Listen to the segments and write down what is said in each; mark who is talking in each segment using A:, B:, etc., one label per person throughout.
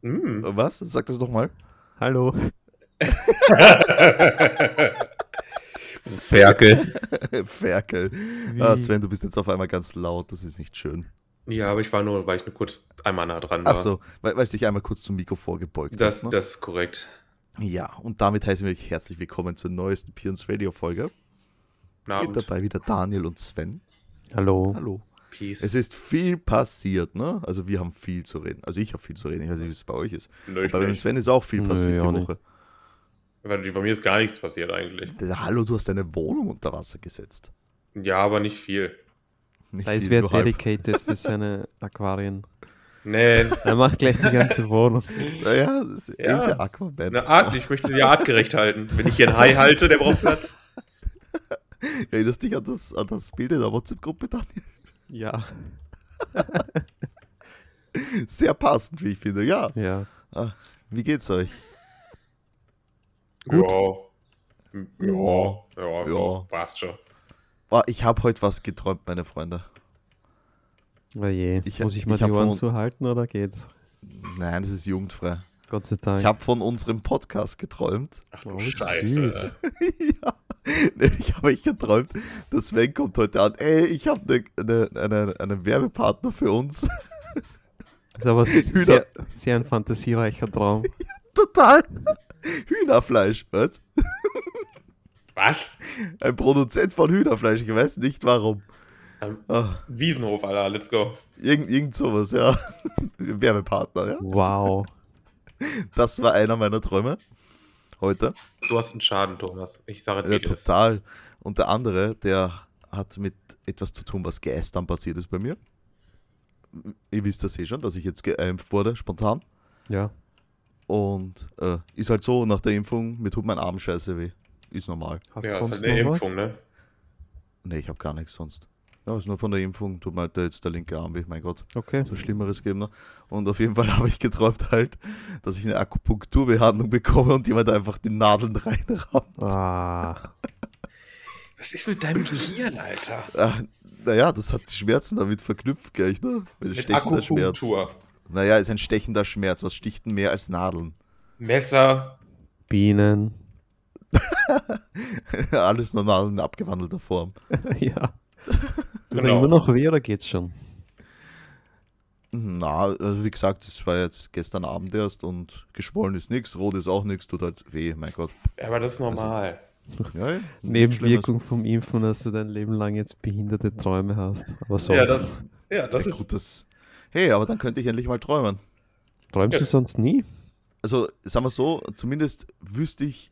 A: Mm.
B: Was? Sag das nochmal.
C: Hallo.
A: Ähm. Ferkel.
B: Ferkel. Ah, Sven, du bist jetzt auf einmal ganz laut. Das ist nicht schön.
A: Ja, aber ich war nur, weil ich nur kurz einmal nah dran war.
B: Ach so, weil, weil ich dich einmal kurz zum Mikro vorgebeugt
A: Das,
B: hast, ne?
A: das ist korrekt.
B: Ja, und damit heißen wir euch herzlich willkommen zur neuesten Pions Radio Folge.
A: Na
B: Mit
A: und
B: dabei wieder Daniel und Sven.
C: Hallo.
B: Hallo.
A: Peace.
B: Es ist viel passiert, ne? Also wir haben viel zu reden. Also ich habe viel zu reden. Ich weiß nicht, wie es bei euch ist.
A: Nö, ich
B: Bei dem
A: nicht.
B: Sven ist auch viel
C: Nö,
B: passiert
C: auch
B: die
C: nicht.
B: Woche.
A: Weil Bei mir ist gar nichts passiert eigentlich.
B: Hallo, du hast deine Wohnung unter Wasser gesetzt.
A: Ja, aber nicht viel.
B: Nicht
C: Da ist
B: viel,
C: wer
B: nur halb.
C: dedicated für seine Aquarien.
A: Nee,
C: Er macht gleich die ganze Wohnung.
B: Naja, das ist
A: Ja.
B: ja, Aquaman.
A: eine Art, ich möchte sie artgerecht halten. Wenn ich hier einen Hai halte, der braucht Platz.
B: Erinnerst dich an das, an das Bild in der WhatsApp-Gruppe, Daniel?
C: Ja,
B: Sehr passend, wie ich finde. Ja,
C: ja.
B: wie geht's euch?
A: Gut. Ja, ja, ja,
B: Ja.
A: passt schon.
B: Boah, Ah, ich habe heute was geträumt, meine Freunde.
C: Oh je.
B: Ich-
C: Muss ich mal
B: ich hab
C: die Ohren
B: von-
C: zuhalten oder geht's?
B: Nein, das ist jugendfrei.
C: Gott sei Dank.
B: Ich habe von unserem Podcast geträumt.
A: Ach du
C: Oh,
A: Scheiße.
C: süß.
B: ja. Nämlich habe ich geträumt, dass Sven kommt heute an. Ey, ich habe eine, eine, einen Werbepartner für uns.
C: Ist aber s-
B: Hühner.
C: sehr, sehr ein fantasiereicher Traum.
B: Total. Hühnerfleisch, was?
A: Was?
B: Ein Produzent von Hühnerfleisch, ich weiß nicht warum.
A: Am
B: Ah,
A: Wiesenhof, Alter, let's go.
B: irgend, irgend sowas, ja. Werbepartner, ja.
C: Wow.
B: Das war einer meiner Träume heute.
A: Du hast einen Schaden, Thomas. Ich sage
B: Ja,
A: dir das.
B: total. Und der andere, der hat mit etwas zu tun, was gestern passiert ist bei mir. Ihr wisst das eh schon, dass ich jetzt geimpft wurde, spontan.
C: Ja.
B: Und äh, ist halt so, nach der Impfung, mir tut mein Arm scheiße weh. Ist normal.
C: Hast
A: Ja, das
C: du sonst
A: ist halt eine
C: noch
A: Impfung,
C: was?
A: ne?
B: Nee, ich habe gar nichts sonst. Ja, ist nur von der Impfung, tut mir halt jetzt der linke Arm weh, mein Gott.
C: Okay.
B: So Schlimmeres geben. Ne? Und auf jeden Fall habe ich geträumt halt, dass ich eine Akupunkturbehandlung bekomme und jemand einfach die Nadeln reinrammt.
C: Ah.
A: Was ist mit deinem Gehirn, Alter?
B: Ah, naja, das hat die Schmerzen damit verknüpft gleich, ne? Mit,
A: Mit Akupunktur.
B: Naja, ist ein stechender Schmerz. Was sticht denn mehr als Nadeln?
A: Messer.
C: Bienen.
B: Alles nur Nadeln in abgewandelter Form.
C: ja. Tut
A: Genau.
C: er immer noch weh oder geht's schon?
B: Na, also wie gesagt, es war jetzt gestern Abend erst und geschwollen ist nichts, rot ist auch nichts, tut halt weh, mein Gott.
A: Ja, aber das ist normal.
B: Ja, ja, nichts
C: Nebenwirkung vom Impfen, dass du dein Leben lang jetzt behinderte Träume hast. Aber sonst.
A: ja, das, ja, das
B: Schlimmes. Ja,
A: ist.
B: gut, das. Hey, aber dann könnte ich endlich mal träumen.
C: Träumst du
A: Ja.
C: sonst nie?
B: Also, sagen wir so, zumindest wüsste ich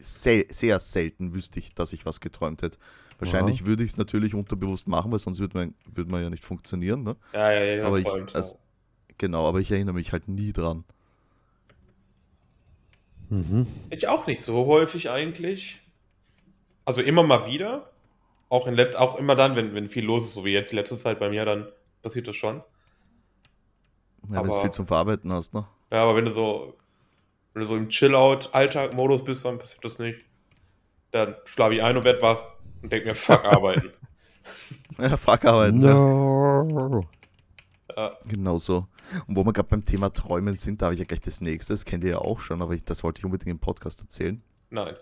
B: sel sehr selten wüsste ich, dass ich was geträumt hätte. Wahrscheinlich würde ich es natürlich unterbewusst machen, weil sonst würde man, würde man ja nicht funktionieren. Ne?
A: Ja, ja, ja.
B: aber ich,
A: träumt.
B: also, genau, aber ich erinnere mich halt nie dran.
C: Mhm.
A: Ich auch nicht so häufig eigentlich. Also immer mal wieder. Auch, in letz auch immer dann, wenn, wenn viel los ist, so wie jetzt die letzte Zeit bei mir, dann passiert das schon.
B: Ja, wenn du
A: Aber-
B: viel zum Verarbeiten hast, ne?
A: Ja, aber wenn du so, wenn du so im Chill-Out-Alltag-Modus bist, dann passiert das nicht. Dann schlafe ich ein und werd wach und denk mir, fuck, arbeiten.
B: Ja, fuck arbeiten. Ne?
C: No.
A: Ja,
B: Genau so. Und wo wir gerade beim Thema Träumen sind, da habe ich ja gleich das nächste. Das kennt ihr ja auch schon, aber ich, das wollte ich unbedingt im Podcast erzählen.
A: nein.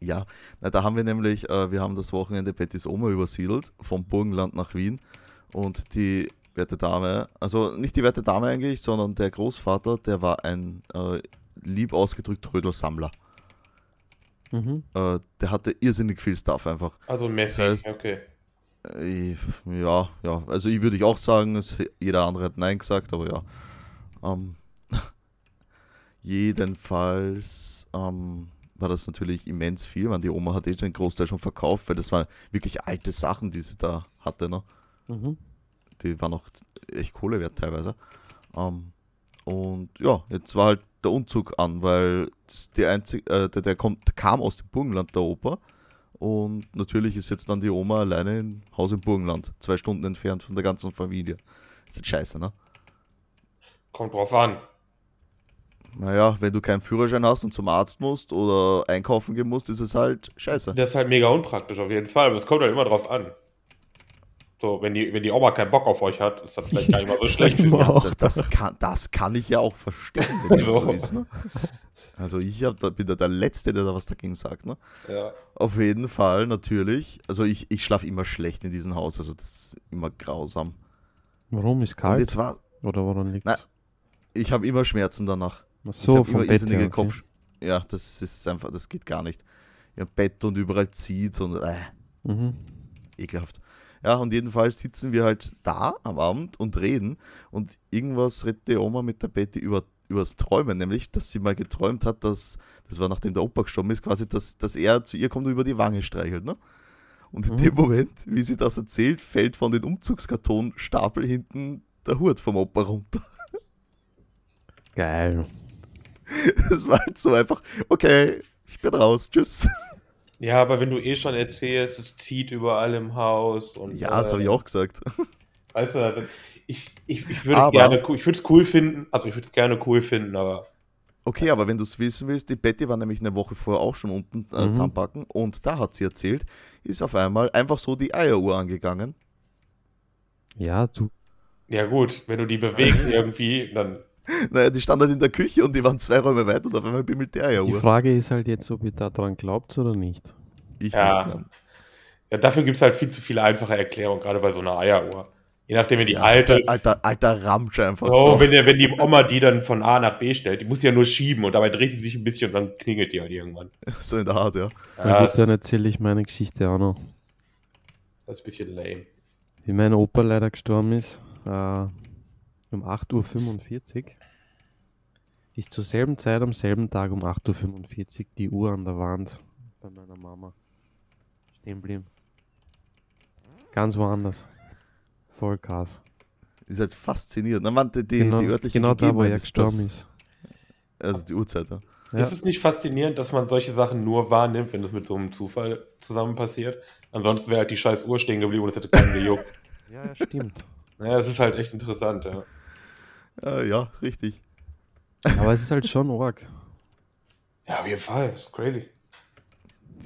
B: Ja, na, da haben wir nämlich, äh, wir haben das Wochenende Bettys Oma übersiedelt, vom Burgenland nach Wien. Und die werte Dame, also nicht die werte Dame eigentlich, sondern der Großvater, der war ein äh, lieb ausgedrückt Trödelsammler.
C: Mhm.
B: Äh, der hatte irrsinnig viel Stuff einfach.
A: Also Messi,
B: Das heißt-
A: okay.
B: Äh, Ja, ja, also ich würde ich auch sagen, es, jeder andere hat Nein gesagt, aber ja. Ähm, jedenfalls ähm, war das natürlich immens viel, man, die Oma hat eh den Großteil schon verkauft, weil das waren wirklich alte Sachen, die sie da hatte, ne?
C: Mhm.
B: Die waren auch echt Kohle wert teilweise. Ähm, und ja, jetzt war halt der Umzug an, weil das die einzig, äh, der, der kommt, kam aus dem Burgenland, der Opa. Und natürlich ist jetzt dann die Oma alleine im Haus im Burgenland, zwei Stunden entfernt von der ganzen Familie. Ist jetzt scheiße, ne?
A: Kommt drauf an.
B: Naja, wenn du keinen Führerschein hast und zum Arzt musst oder einkaufen gehen musst, ist es halt scheiße.
A: Das ist halt mega unpraktisch auf jeden Fall, aber es kommt halt immer drauf an. So, wenn die, wenn die Oma keinen Bock auf euch hat, ist das vielleicht gar nicht mal so schlecht.
C: Immer
B: Ja,
C: auch.
B: das, das, kann, das kann ich ja auch verstehen, wenn das
A: So.
B: so ist. Ne? Also ich hab, da, bin da der Letzte, der da was dagegen sagt. Ne?
A: Ja.
B: Auf jeden Fall, natürlich. Also ich, ich schlafe immer schlecht in diesem Haus, also das ist immer grausam.
C: Warum ist
B: Und
C: kalt?
B: jetzt war,
C: Oder woran liegt
B: Nein, ich habe immer Schmerzen danach.
C: So,
B: ich habe
C: vom
B: immer
C: Bett
B: irrsinnige
C: her, okay.
B: Kopf. Ja, das ist einfach, das geht gar nicht. Ihr Bett und überall zieht und äh,
C: Mhm.
B: ekelhaft. Ja, und jedenfalls sitzen wir halt da am Abend und reden. Und irgendwas redet die Oma mit der Betty über übers Träumen, nämlich, dass sie mal geträumt hat, dass, das war nachdem der Opa gestorben ist, quasi, dass, dass er zu ihr kommt und über die Wange streichelt, ne? Und in dem Moment, wie sie das erzählt, fällt von den Umzugskartonstapel hinten der Hut vom Opa runter.
C: Geil.
B: Das war halt so einfach, okay, ich bin raus, tschüss.
A: ja, aber wenn du eh schon erzählst, es zieht überall im Haus. Und, äh,
B: Ja, das habe ich auch gesagt.
A: Weißt du, das- ich, ich, ich würde es
B: Aber-
A: gerne cool, ich würd's cool finden, also ich würde es gerne cool finden, aber
B: Okay, aber wenn du es wissen willst, die Betty war nämlich eine Woche vorher auch schon unten äh,
C: Mhm.
B: zusammenpacken und da hat sie erzählt, ist auf einmal einfach so die Eieruhr angegangen.
C: Ja, du.
A: ja gut, wenn du die bewegst irgendwie, dann
B: Naja, die stand halt in der Küche und die waren zwei Räume weit und auf einmal bimmelt die
C: Die
B: Eieruhr.
C: Frage ist halt jetzt, ob ihr daran glaubt oder nicht.
B: Ich
A: Ja.
B: nicht, nein.
A: ja, dafür gibt es halt viel zu viele einfache Erklärungen, gerade bei so einer Eieruhr. Je nachdem, wenn die
B: Ja,
A: alt
B: das ist halt
A: ist. Oh,
B: ein alter, alter Ramsch einfach
A: So,
B: so.
A: Wenn, der, wenn die Oma die dann von A nach B stellt, die muss die ja nur schieben und dabei dreht die sich ein bisschen und dann klingelt die halt irgendwann.
B: So in der Art, ja.
C: Na
A: Ja,
C: gut,
A: das,
C: dann
A: ist,
C: erzähle ich meine Geschichte auch noch.
A: das ist ein bisschen lame.
C: Wie mein Opa leider gestorben ist, äh, um 8.45 Uhr, ist zur selben Zeit am selben Tag um 8.45 Uhr die Uhr an der Wand bei meiner Mama stehen blieben. Ganz woanders. Voll krass.
B: Ist halt faszinierend. Na, man, die, die,
C: genau
B: die örtliche
C: genau da, wo
B: Gegebenheit
C: er gestorben ist.
B: Das, also die Uhrzeit, ja.
C: Ja.
A: Ist es nicht faszinierend, dass man solche Sachen nur wahrnimmt, wenn das mit so einem Zufall zusammen passiert? Ansonsten wäre halt die scheiß Uhr stehen geblieben und es hätte keinen gejuckt.
C: ja, ja, stimmt.
A: Ja, das ist halt echt interessant, ja.
B: Ja, Äh, ja, richtig.
C: Aber es ist halt schon arg.
A: Ja, auf jeden Fall, das ist crazy.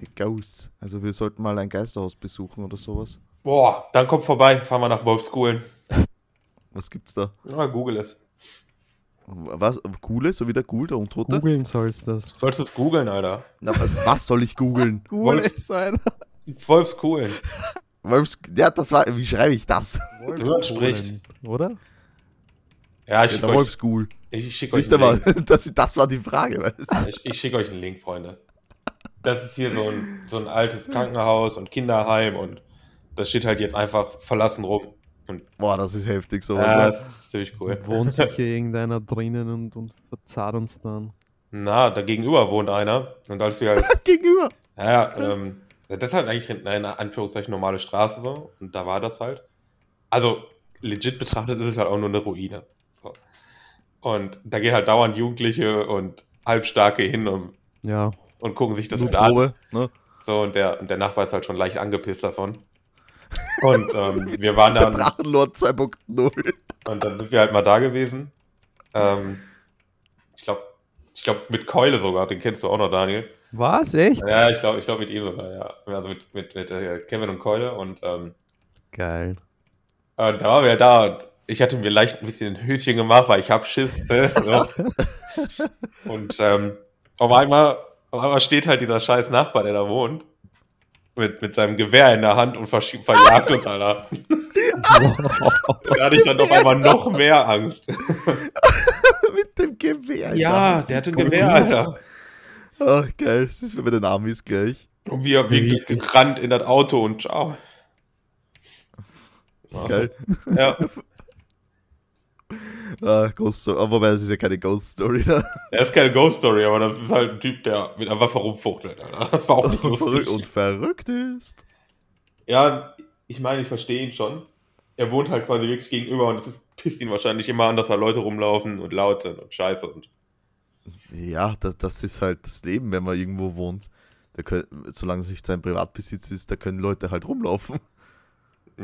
B: Die Gauss. Also wir sollten mal ein Geisterhaus besuchen oder sowas.
A: Boah, dann kommt vorbei, fahren wir nach Bob's Coolen.
B: Was gibt's da?
A: Ja, google es.
B: Was? Coole? So wie der Ghoul, der Untote?
C: Googeln sollst das.
A: Sollst du es googeln, Alter?
B: Na, was- was soll ich googeln?
A: Wolf-
C: sein.
A: Bob's Coolen.
B: Wolfs, ja, das war, wie schreibe ich das?
A: Wolfsbohlen, spricht.
C: Oder?
A: Ja, ich
B: Ja,
A: schicke
B: der
A: euch,
B: Wolfsghoul.
A: ich schick euch
B: Siehst du
A: einen
B: mal,
A: Link.
B: das, das war die Frage. Weißt? du?
A: Ich, ich schicke euch einen Link, Freunde. Das ist hier so ein, so ein altes Krankenhaus und Kinderheim und das steht halt jetzt einfach verlassen rum.
B: Boah, das ist heftig sowas.
A: Ja,
B: Ja,
A: das ist ziemlich cool.
C: Wohnt sich hier irgendeiner drinnen und, und verzahrt uns dann.
A: Na, da gegenüber wohnt einer. Und als wir als
B: Gegenüber.
A: Ja, ähm, das ist halt eigentlich eine in Anführungszeichen normale Straße so. Und da war das halt. Also, legit betrachtet ist es halt auch nur eine Ruine. So. Und da gehen halt dauernd Jugendliche und Halbstarke hin und,
C: Ja,
A: und gucken sich das
B: Nur
A: halt an.
B: Probe, ne?
A: So, und der, und der Nachbar ist halt schon leicht angepisst davon. Und ähm, wir waren
B: Der
A: dann,
B: Drachenlord 2.0.
A: und dann sind wir halt mal da gewesen. Ähm, ich glaube, ich glaube mit Keule sogar, den kennst du auch noch, Daniel.
C: Was? Echt?
A: Ja, ich glaube, ich glaube mit ihm sogar, ja. Also mit, mit, mit äh, Kevin und Keule und ähm,
C: Geil.
A: äh, da waren wir da. Und ich hatte mir leicht ein bisschen ein Höschen gemacht, weil ich hab Schiss. Ne? So. und ähm, auf, einmal, auf einmal steht halt dieser scheiß Nachbar, der da wohnt, mit, mit seinem Gewehr in der Hand und verschie- verjagt uns, Alter. da hatte ich dann auf einmal noch mehr Angst.
B: Mit dem Gewehr.
A: der hatte ein
C: Gewehr,
A: Alter.
B: Ach, geil. Das ist wie bei den Amis gleich.
A: Und wir, wir
C: Wirklich.
A: gerannt in das Auto und ciao.
B: Geil.
A: Ja.
B: Ah, Ghost Story. Ah, wobei, das ist ja keine Ghost Story. Ne?
A: Das ist keine Ghost Story, aber das ist halt ein Typ, der mit einer Waffe rumfuchtelt. Alter. Das war auch nicht
B: Und, verrück-
A: lustig.
B: und verrückt ist.
A: Ja, ich meine, ich verstehe ihn schon. Er wohnt halt quasi wirklich gegenüber und es ist, pisst ihn wahrscheinlich immer an, dass da Leute rumlaufen und laut sind und scheiße und.
B: Ja, das, das ist halt das Leben, wenn man irgendwo wohnt. Da können, solange es nicht sein Privatbesitz ist, da können Leute halt rumlaufen.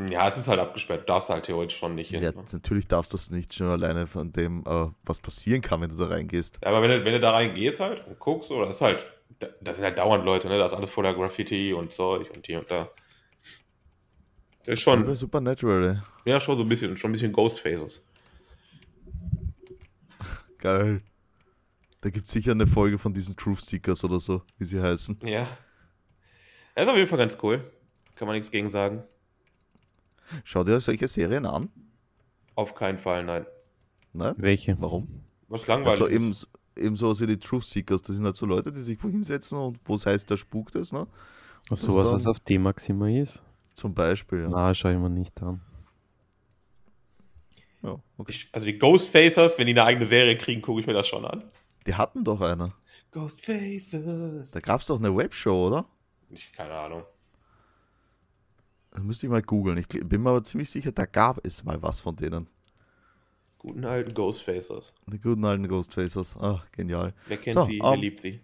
A: Ja, es ist halt abgesperrt. Du darfst halt theoretisch schon nicht hin.
B: Ja,
A: ne?
B: natürlich darfst du das nicht schon alleine von dem, äh, was passieren kann, wenn du da reingehst.
A: Ja, aber wenn du, wenn du da reingehst halt und guckst, so, das ist halt. Da, da sind halt dauernd Leute, ne? Da ist alles voller Graffiti und Zeug und hier und da. Der ist schon,
B: Bei Supernatural, ey.
A: ja, schon so ein bisschen, schon ein bisschen Ghostfaces.
B: Geil. Da gibt es sicher eine Folge von diesen Truth Seekers oder so, wie sie heißen.
A: Ja. Er ist auf jeden Fall ganz cool. Kann man nichts gegen sagen.
B: Schau dir solche Serien an.
A: Auf keinen Fall, nein.
B: Nein?
C: Welche?
B: Warum?
A: Was langweilig.
B: Also
A: ist.
B: eben, eben sowas wie die Truth Seekers. Das sind halt so Leute, die sich wohin setzen und wo es heißt, da spukt es, ne?
C: Was
B: Das
C: sowas,
B: dann-
C: was auf D-Max immer ist?
B: Zum Beispiel, ja.
C: Na, schau ich mir nicht an.
B: ja okay.
A: Ich, also die Ghostfacers, wenn die eine eigene Serie kriegen, gucke ich mir das schon an.
B: Die hatten doch eine.
A: Ghostfacers.
B: Da gab es doch eine Webshow, oder?
A: Ich, keine Ahnung.
B: Das müsste ich mal googeln. Ich gl- bin mir aber ziemlich sicher, da gab es mal was von denen.
A: Guten alten Ghostfacers.
B: Die guten alten Ghostfacers. Ach, genial.
A: Wer kennt
B: So,
A: sie,
B: ähm,
A: wer
C: um.
A: liebt sie?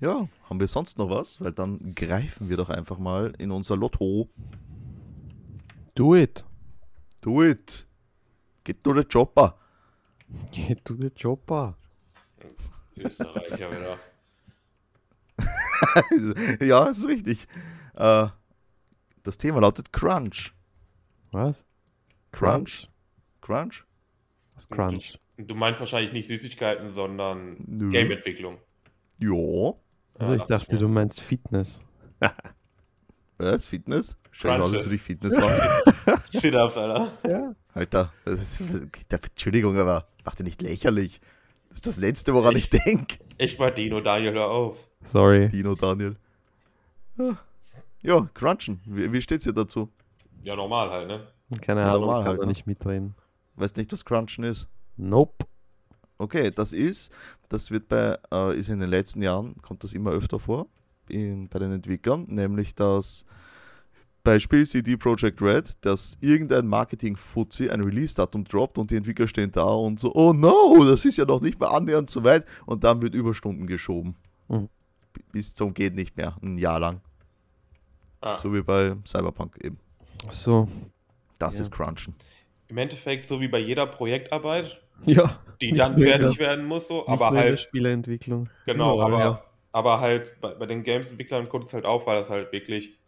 B: Ja, haben wir sonst noch was? Weil dann greifen wir doch einfach mal in unser Lotto.
C: Do it!
B: Do it! Geht nur der Ah. Chopper.
C: Geh du der Chopper!
A: Österreicher wieder.
B: ja, ist richtig. Äh, das Thema lautet Crunch.
C: Was?
B: Crunch? Crunch?
C: Was Crunch?
A: Und Du meinst wahrscheinlich nicht Süßigkeiten, sondern
B: Nö.
A: Gameentwicklung.
B: Ja.
C: Also
A: Ja,
C: ich dachte,
A: mir.
C: du meinst Fitness.
B: Was? Fitness? Stell dir mal, dass du
A: Crunches.
B: dich Fitness machst.
A: Sit-ups, Alter.
C: Ja.
B: Alter, das ist, Entschuldigung, aber mach dir nicht lächerlich. Das ist das Letzte, woran ich denke.
A: Ich war Dino, Daniel, hör auf.
C: Sorry.
B: Dino Daniel. Ja, ja Crunchen. Wie, wie steht's dir dazu?
A: Ja, normal halt, ne?
C: Keine
B: Ja,
C: Ahnung,
B: normal
C: ich kann
B: halt,
C: da
B: ne?
C: nicht mitreden.
B: Weißt nicht, was Crunchen ist?
C: Nope.
B: Okay, das ist, das wird bei, äh, ist in den letzten Jahren, kommt das immer öfter vor in, bei den Entwicklern, nämlich dass bei Spiel CD Projekt Red, dass irgendein Marketing-Fuzzi ein Release-Datum droppt und die Entwickler stehen da und so, oh no, das ist ja noch nicht mal annähernd so weit und dann wird Überstunden geschoben.
C: Mhm.
B: B- Bis zum geht nicht mehr, ein Jahr lang.
A: Ah,
B: So wie bei Cyberpunk eben.
C: So.
B: Das
C: Ja.
B: ist Crunchen.
A: Im Endeffekt so wie bei jeder Projektarbeit,
C: Ja.
A: die
C: Nicht
A: dann
C: nur-
A: fertig werden muss, so,
C: Nicht
A: aber
C: nur in der
A: halt
C: Spieleentwicklung.
A: Genau,
B: Überall,
A: aber,
B: ja.
A: aber halt bei, bei den Games-Entwicklern kommt es halt auf, weil das halt wirklich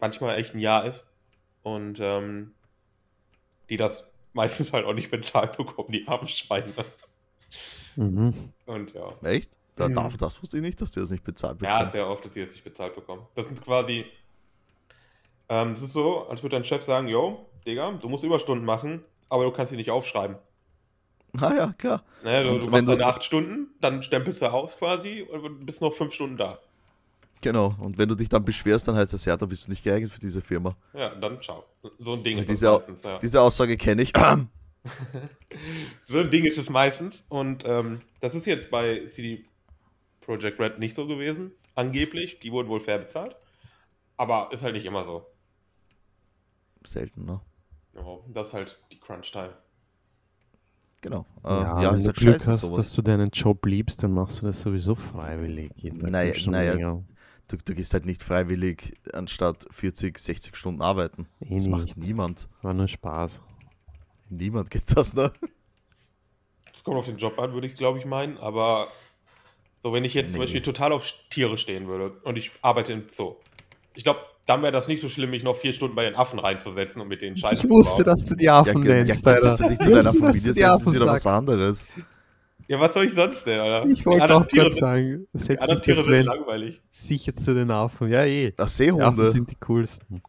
A: manchmal echt ein Jahr ist und ähm, die das meistens halt auch nicht bezahlt bekommen, die armen Schweine.
C: Mhm.
A: Und ja.
B: Echt? Da
A: Mhm.
B: darf, das wusste ich nicht, dass der das nicht bezahlt bekommt.
A: Ja, sehr oft, dass die das nicht bezahlt bekommen. Das sind quasi. Ähm, es ist so, als würde dein Chef sagen: Yo, Digga, du musst Überstunden machen, aber du kannst sie nicht aufschreiben.
B: ah ja, klar.
A: Ne, du,
B: Und
A: du
B: wenn
A: machst
B: du-
A: deine acht Stunden, dann stempelst du aus quasi und bist noch fünf Stunden da.
B: Genau, und wenn du dich dann beschwerst, dann heißt das, ja, dann bist du nicht geeignet für diese Firma.
A: Ja, dann ciao. So ein Ding
B: Ja,
A: ist das
B: diese Au-
A: meistens, ja.
B: Diese Aussage kenne ich.
A: So ein Ding ist es meistens. Und ähm, das ist jetzt bei CD Projekt Red nicht so gewesen. Angeblich. Die wurden wohl fair bezahlt. Aber ist halt nicht immer so.
B: Selten, ne?
A: Ja, das ist halt die Crunch-Time.
B: Genau. Äh,
C: ja,
B: ja,
C: wenn
B: ist
C: du
B: halt
C: Glück
B: scheiße
C: hast, dass
B: sowas.
C: du deinen Job liebst, dann machst du das sowieso freiwillig. Jeden Tag
B: Naja,
C: fünf Stunden
B: naja,
C: länger.
B: Du, du gehst halt nicht freiwillig anstatt 40, 60 Stunden arbeiten.
C: Eh
B: das macht
C: nicht.
B: niemand.
C: War nur Spaß.
B: Niemand geht das, ne?
A: Das kommt auf den Job an, würde ich glaube ich meinen. Aber so, wenn ich jetzt zum
B: Nee.
A: Beispiel total auf Tiere stehen würde und ich arbeite im Zoo. Ich glaube, dann wäre das nicht so schlimm, mich noch vier Stunden bei den Affen reinzusetzen und mit denen Scheiße zu bauen.
C: dass du die
B: ja, ge- ja, kannst du dich zu deiner Familie setzen, ist wieder was anderes.
A: Ja, was soll ich sonst denn, Alter?
C: Ich
A: Die
C: wollte
A: anderen
C: auch
A: Tiere
C: gerade
A: sind-
C: sagen,
A: Die
C: setz dich
A: anderen
C: der
A: Tiere sind
C: Sven
A: langweilig.
C: sicher zu den Affen. Ja, eh.
B: Ach,
C: Die Affen
B: Seehunde.
C: sind die coolsten.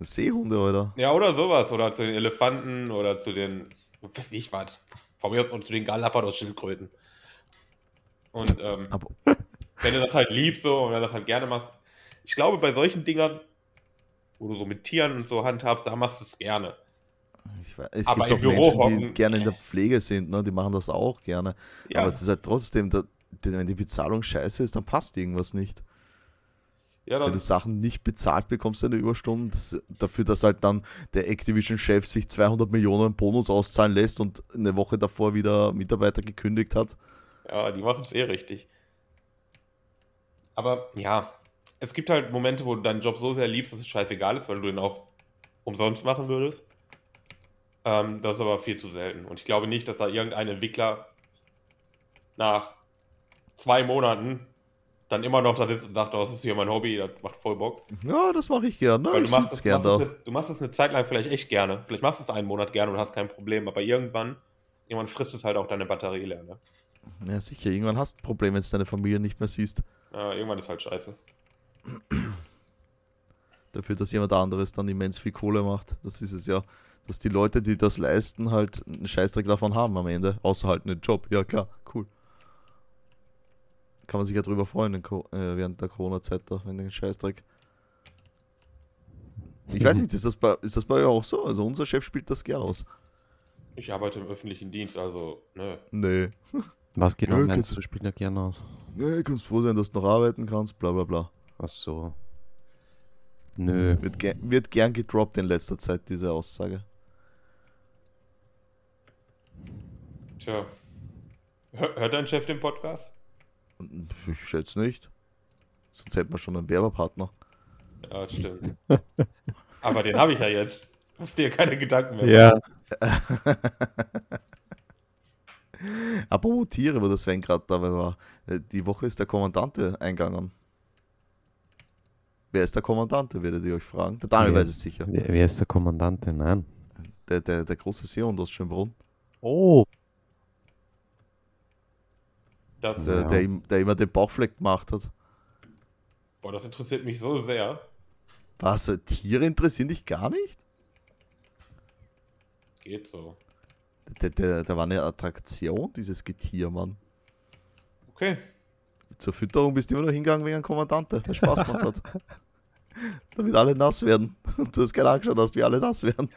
B: Seehunde, oder?
A: Ja, oder sowas. Oder zu den Elefanten oder zu den, weiß ich was. Von mir aus und zu den Galapagos-Schildkröten. Und ähm,
B: Aber
A: wenn du das halt liebst so, und wenn du das halt gerne machst. Ich glaube, bei solchen Dingern, wo du so mit Tieren und so handhabst, da machst du es gerne.
B: ich weiß, es
A: Aber
B: gibt auch
A: im Büro
B: Menschen, die
A: hocken-
B: gerne in der Pflege sind, ne? Die machen das auch gerne.
A: Ja,
B: Aber es ist halt trotzdem, da, wenn die Bezahlung scheiße ist, dann passt irgendwas nicht.
A: ja
B: Wenn
A: dann,
B: du Sachen nicht bezahlt bekommst, deine Überstunden, das, dafür, dass halt dann der Activision-Chef sich 200 Millionen Bonus auszahlen lässt und eine Woche davor wieder Mitarbeiter gekündigt hat.
A: ja, die machen es eh richtig. Aber ja, es gibt halt Momente, wo du deinen Job so sehr liebst, dass es scheißegal ist, weil du den auch umsonst machen würdest. Ähm, das ist aber viel zu selten. Und ich glaube nicht, dass da irgendein Entwickler nach zwei Monaten dann immer noch da sitzt und sagt, oh, das ist hier mein Hobby, das macht voll Bock.
B: Ja, das mache ich gerne.
A: Mhm. Weil
B: Ne?
A: du,
B: Ich
A: machst das,
B: sitze gern
A: machst das
B: da.
A: eine, du machst das eine Zeit lang vielleicht echt gerne. Vielleicht machst du es einen Monat gerne und hast kein Problem, aber irgendwann, irgendwann frisst es halt auch deine Batterie leer. Ne?
B: Ja, sicher. Irgendwann hast du ein Problem, wenn du deine Familie nicht mehr siehst.
A: Ja, irgendwann ist halt scheiße.
B: Dafür, dass jemand anderes dann immens viel Kohle macht. Das ist es ja. Dass die Leute, die das leisten, halt einen Scheißdreck davon haben am Ende. Außer halt einen Job. Ja, klar. Cool. Kann man sich ja drüber freuen in Co äh, während der Corona-Zeit da, wenn den Scheißdreck. Ich weiß nicht, ist das, bei, ist das bei euch auch so? Also unser Chef spielt das gern aus.
A: Ich arbeite im öffentlichen Dienst, also, ne.
B: Nee.
C: Was genau
B: Ja,
C: meinst
B: kannst-
C: du, spielt er gerne aus?
B: Nee, kannst froh sein, dass du noch arbeiten kannst, bla bla bla.
C: Ach so. Nö.
B: Wird, ge wird gern gedroppt in letzter Zeit, diese Aussage.
A: Tja. Hör, hört dein Chef den Podcast?
B: Hm, Ich schätze nicht. Sonst hätten wir schon einen Werbepartner.
A: Ja, das stimmt. aber den habe ich ja jetzt. Du musst dir keine Gedanken mehr
C: Ja.
B: Apropos Tiere, wo der Sven gerade dabei war. Äh, Die Woche ist der Kommandante eingegangen. Wer ist der Kommandante, werdet ihr euch fragen. Der Daniel
C: Wer-
B: weiß es sicher.
C: Wer, wer ist der Kommandant denn? Nein.
B: Der, der, der große Seehund aus Schönbrunn.
C: Oh.
A: Das,
B: Der,
C: Ja.
B: der, ihm- der immer den Bauchfleck gemacht hat.
A: boah, das interessiert mich so sehr.
B: Was? äh, Tiere interessieren dich gar nicht?
A: Geht so.
B: Der, der, der war eine Attraktion, dieses Getier, Mann.
A: Okay.
B: Zur Fütterung bist du immer nur hingegangen wegen einem Kommandante, weil Spaß gemacht hat. Damit alle nass werden. Und du hast gerade angeschaut hast, wie alle nass werden.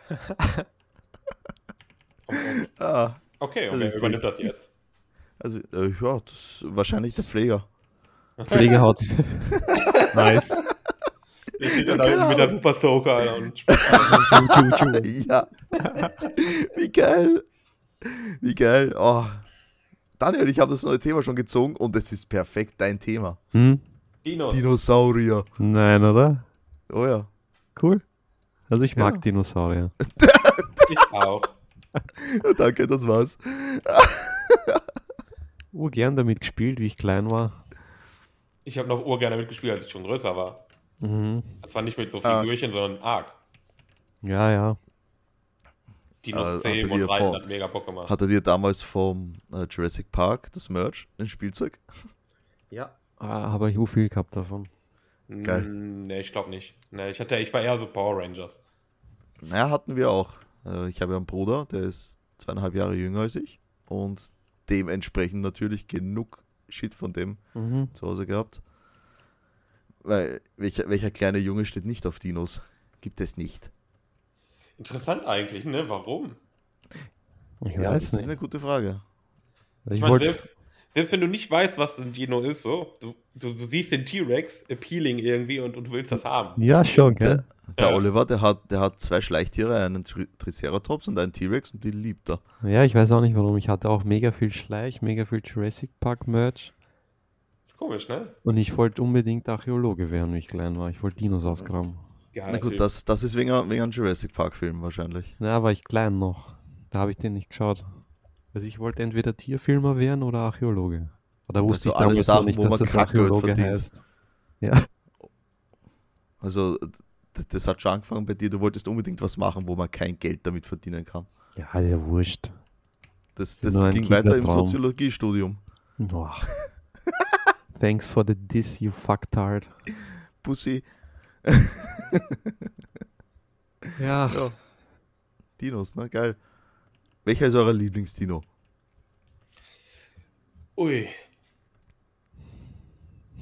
B: Ah,
A: Okay,
B: Das
A: und wer
B: ist
A: übernimmt
B: die-
A: das jetzt?
B: also, äh, ja, das ist wahrscheinlich der Pfleger.
C: Pflegehaut. nice.
A: Ich steht dann da
B: keine
A: unten mit der
B: Ahnung.
A: Super Soaker Alter, und sp-
B: ja. Wie geil. Wie geil. Oh. Daniel, ich habe das neue Thema schon gezogen und es ist perfekt dein Thema.
C: Hm?
A: Dino.
B: Dinosaurier.
C: Nein, oder?
B: Oh ja.
C: Cool. Also ich mag
B: Ja.
C: Dinosaurier.
A: Ich auch.
B: Danke, das war's.
C: Oh, gern damit gespielt, wie ich klein war.
A: Ich habe noch urgern mitgespielt, als ich schon größer war.
C: Mhm.
A: Und zwar nicht mit so
B: Ah.
A: Figürchen, sondern Ark.
C: ja, ja.
A: Dinos
B: Also,
A: zähmen
B: hatte
A: und
B: die
A: Reiten
B: vor-
A: hat mega Bock gemacht.
B: Hat er dir damals vom äh, Jurassic Park das Merch, ein Spielzeug?
A: ja.
C: Ah, Habe ich auch viel gehabt davon.
B: Geil.
A: Hm, Nee, ich glaube nicht. Nee, ich, hatte, ich war eher so Power Rangers.
B: Naja, hatten wir auch. Äh, Ich habe ja einen Bruder, der ist zweieinhalb Jahre jünger als ich und dementsprechend natürlich genug Shit von dem
C: Mhm.
B: zu Hause gehabt. Weil welcher, welcher kleine Junge steht nicht auf Dinos? Gibt es nicht.
A: Interessant eigentlich, ne?
B: Also
A: Warum?
C: Ich
B: ja, das
C: weiß
B: ist
C: nicht.
B: eine gute Frage.
C: Also ich
A: mein,
C: wollte.
A: selbst, selbst wenn du nicht weißt, was ein Dino ist, so, du, du, du siehst den T-Rex appealing irgendwie und, und willst das haben.
C: Ja, schon, gell?
B: Der, der
A: Ja.
B: Oliver, der hat, der hat zwei Schleichtiere, einen Tri Triceratops und einen T-Rex und die liebt er.
C: Ja, ich weiß auch nicht warum. Ich hatte auch mega viel Schleich, mega viel Jurassic Park Merch.
A: Ist komisch, ne?
C: Und ich wollte unbedingt Archäologe werden, wie ich klein war. Ich wollte Dinos ausgraben.
A: Ja,
B: Na gut, das, das ist wegen, einem- wegen einem Jurassic Park-Film wahrscheinlich.
C: Na, war ich klein noch. Da habe ich den nicht geschaut. Also ich wollte entweder Tierfilmer werden oder Archäologe. Aber da
B: Also
C: wusste ich
B: alle
C: damals
B: Sachen,
C: noch nicht,
B: wo
C: dass
B: man
C: das
B: Kackgeld
C: Archäologe
B: verdient.
C: heißt. Ja.
B: Also d- das hat schon angefangen bei dir, du wolltest unbedingt was machen, wo man kein Geld damit verdienen kann.
C: Ja, ist ja wurscht.
B: Das,
C: Bin
B: das
C: nur ein
B: ging weiter im
C: Kindertraum.
B: Soziologiestudium.
C: Boah. Thanks for the diss, you fucktard.
B: Pussy,
C: Ja.
B: Ja. Dinos, ne? Geil. Welcher ist euer Lieblingsdino?
A: Ui,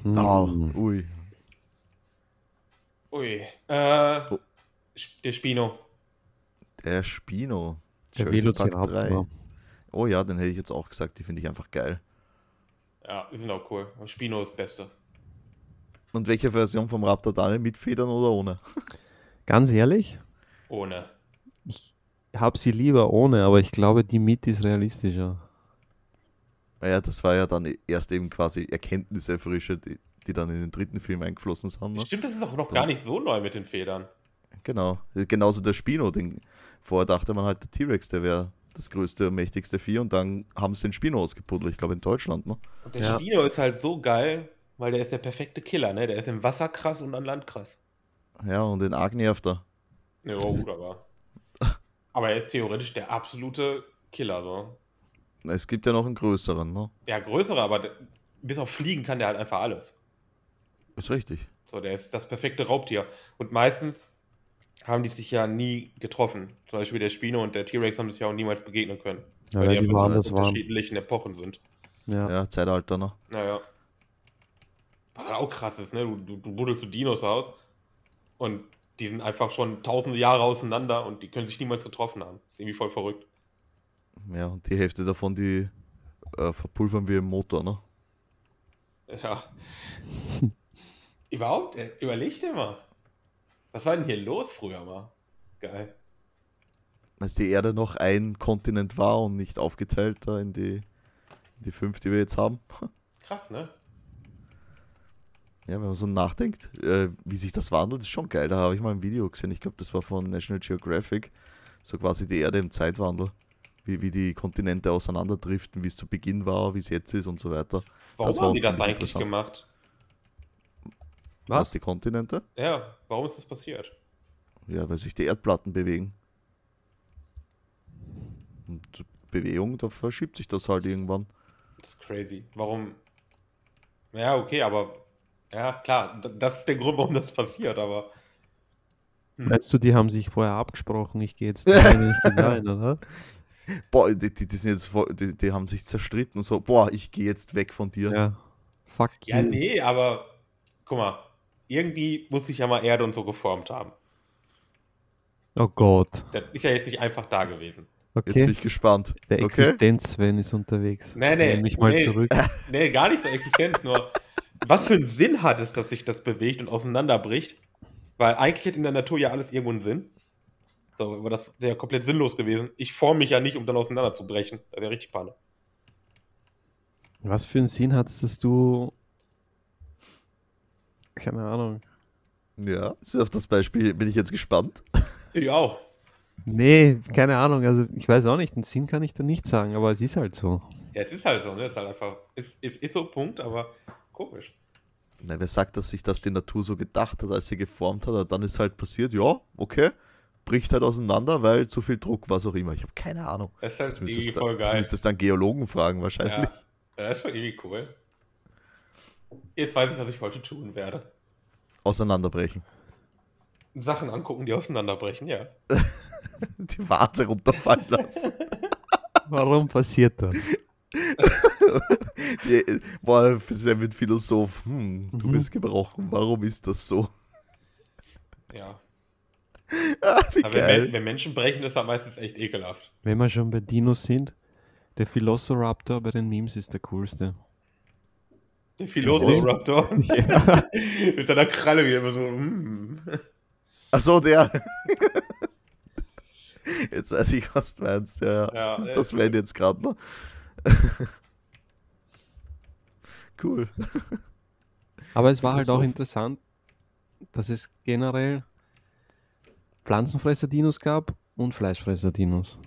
C: Hm.
B: Ah, ui.
A: ui. Äh,
B: Oh.
A: Sp- Der Spino.
B: Der Spino.
C: Der
B: Jurassic Park
C: Velociraptor.
B: Oh ja, den hätte ich jetzt auch gesagt. Die finde ich einfach geil.
A: Ja, die sind auch cool. Aber Spino ist das Beste.
B: Und welche Version vom Raptor Daniel? Mit Federn oder ohne?
C: Ganz ehrlich,
A: Ohne.
C: ich habe sie lieber ohne, aber ich glaube, die mit ist realistischer.
B: Naja, das war ja dann erst eben quasi Erkenntnisse frische, die, die dann in den dritten Film eingeflossen sind. Ne?
A: Stimmt, das ist auch noch
B: Doch.
A: gar nicht so neu mit den Federn.
B: Genau. Genauso der Spino. Den, vorher dachte man halt, der T-Rex, der wäre das größte, mächtigste Vieh. Und dann haben sie den Spino ausgebuddelt. Ich glaube in Deutschland, ne?
A: Und der
C: Ja.
A: Spino ist halt so geil. Weil der ist der perfekte Killer, ne? Der ist im Wasser krass und an Land krass.
B: Ja, und den Arg nervt er.
A: Ja, oh, gut, aber. Aber er ist theoretisch der absolute Killer, so.
B: Es gibt ja noch einen größeren, ne?
A: Ja, größere, aber der- bis auf Fliegen kann der halt einfach alles.
B: Ist richtig.
A: So, der ist das perfekte Raubtier. Und meistens haben die sich ja nie getroffen. Zum Beispiel der Spino und der T-Rex haben sich ja auch niemals begegnen können.
C: Ja,
A: weil
C: weil
A: die
C: die
A: einfach
C: waren,
A: zu
C: das waren.
A: unterschiedlichen Epochen sind.
C: Ja.
B: Ja, Zeitalter, ne?
A: Naja. Was halt auch krass ist, ne? Du, du, du buddelst so Dinos aus und die sind einfach schon tausende Jahre auseinander und die können sich niemals getroffen haben. Ist irgendwie voll verrückt.
B: Ja, und die Hälfte davon, die äh, verpulvern wir im Motor, ne?
A: Ja. Überhaupt, ey, überleg dir mal. Was war denn hier los früher mal? Geil.
B: Als die Erde noch ein Kontinent war und nicht aufgeteilt da in die, in die fünf, die wir jetzt haben.
A: Krass, ne?
B: Ja, wenn man so nachdenkt, äh, wie sich das wandelt, ist schon geil. Da habe ich mal ein Video gesehen. Ich glaube, das war von National Geographic. So quasi die Erde im Zeitwandel. Wie, wie die Kontinente auseinanderdriften, wie es zu Beginn war, wie es jetzt ist und so weiter.
A: Warum
B: Das war
A: haben die das
B: ziemlich
A: eigentlich
B: interessant.
A: gemacht?
B: Was?
C: Was?
B: die Kontinente?
A: Ja, warum ist das passiert?
B: Ja, weil sich die Erdplatten bewegen. Und Bewegung, da verschiebt sich das halt irgendwann.
A: Das ist crazy. Warum? Ja, okay, aber. Ja, klar, d- das ist der Grund, warum das passiert, aber.
C: Weißt du, die haben sich vorher abgesprochen, ich gehe jetzt dahin, ich gehe dahin, oder?
B: Boah, die, die, die sind jetzt voll, die, die haben sich zerstritten und so, boah, ich gehe jetzt weg von dir.
C: Ja. Fuck you.
A: Ja,
B: Hm.
A: nee, aber guck mal, irgendwie muss sich ja mal Erde und so geformt haben.
C: Oh Gott.
A: Das ist ja jetzt nicht einfach da gewesen.
B: Jetzt bin
C: Okay.
B: ich gespannt.
C: Der
B: okay?
C: Existenz-Sven ist unterwegs.
A: Nee, nee,
C: Nimm mich mal
A: nee.
C: zurück.
A: Nee, gar nicht so Existenz, nur was für einen Sinn hat es, dass sich das bewegt und auseinanderbricht? Weil eigentlich hat in der Natur ja alles irgendwo einen Sinn. So, aber das wäre ja komplett sinnlos gewesen. Ich forme mich ja nicht, um dann auseinanderzubrechen. Das ist ja richtig Panne.
C: Was für einen Sinn hat es, dass du. Keine Ahnung.
B: Ja, so auf das Beispiel bin ich jetzt gespannt.
A: Ich auch.
C: Nee, keine Ahnung. Also, ich weiß auch nicht. Einen Sinn kann ich da nicht sagen, aber es ist halt so.
A: Ja, es ist halt so, ne? Es ist halt einfach. Es ist, ist so Punkt, aber komisch.
B: Na, wer sagt, dass sich das die Natur so gedacht hat, als sie geformt hat, dann ist halt passiert, ja, okay, bricht halt auseinander, weil zu viel Druck, was auch immer. Ich habe keine Ahnung.
A: Das ist halt
B: Das
A: irgendwie
B: müsstest,
A: voll
B: dann, das
A: geil.
B: müsstest dann Geologen fragen wahrscheinlich.
A: Ja, das ist schon irgendwie cool. Jetzt weiß ich, was ich heute tun werde.
B: Auseinanderbrechen.
A: Sachen angucken, die auseinanderbrechen, ja.
B: Die Vase runterfallen lassen.
C: Warum passiert das?
B: Ja, äh, Boah, Sven wird Philosoph. Hm, du
C: Mhm.
B: bist gebrochen. Warum ist das so?
A: Ja.
B: Ah, wie
A: Aber wenn,
B: geil.
A: Men- wenn Menschen brechen, ist das meistens echt ekelhaft.
C: Wenn wir schon bei Dinos sind, der Velociraptor bei den Memes ist der coolste.
A: Der Velociraptor
C: Ja.
A: mit seiner Kralle wieder immer so. Mm.
B: Achso, der. Jetzt weiß ich, was du meinst.
A: Ja,
B: Ja, ja. Das
A: ja,
B: ist das
A: ist
B: Sven jetzt gerade, ne? cool.
C: Aber es war halt auch
B: Philosoph.
C: interessant, dass es generell Pflanzenfresser-Dinos gab und Fleischfresser-Dinos.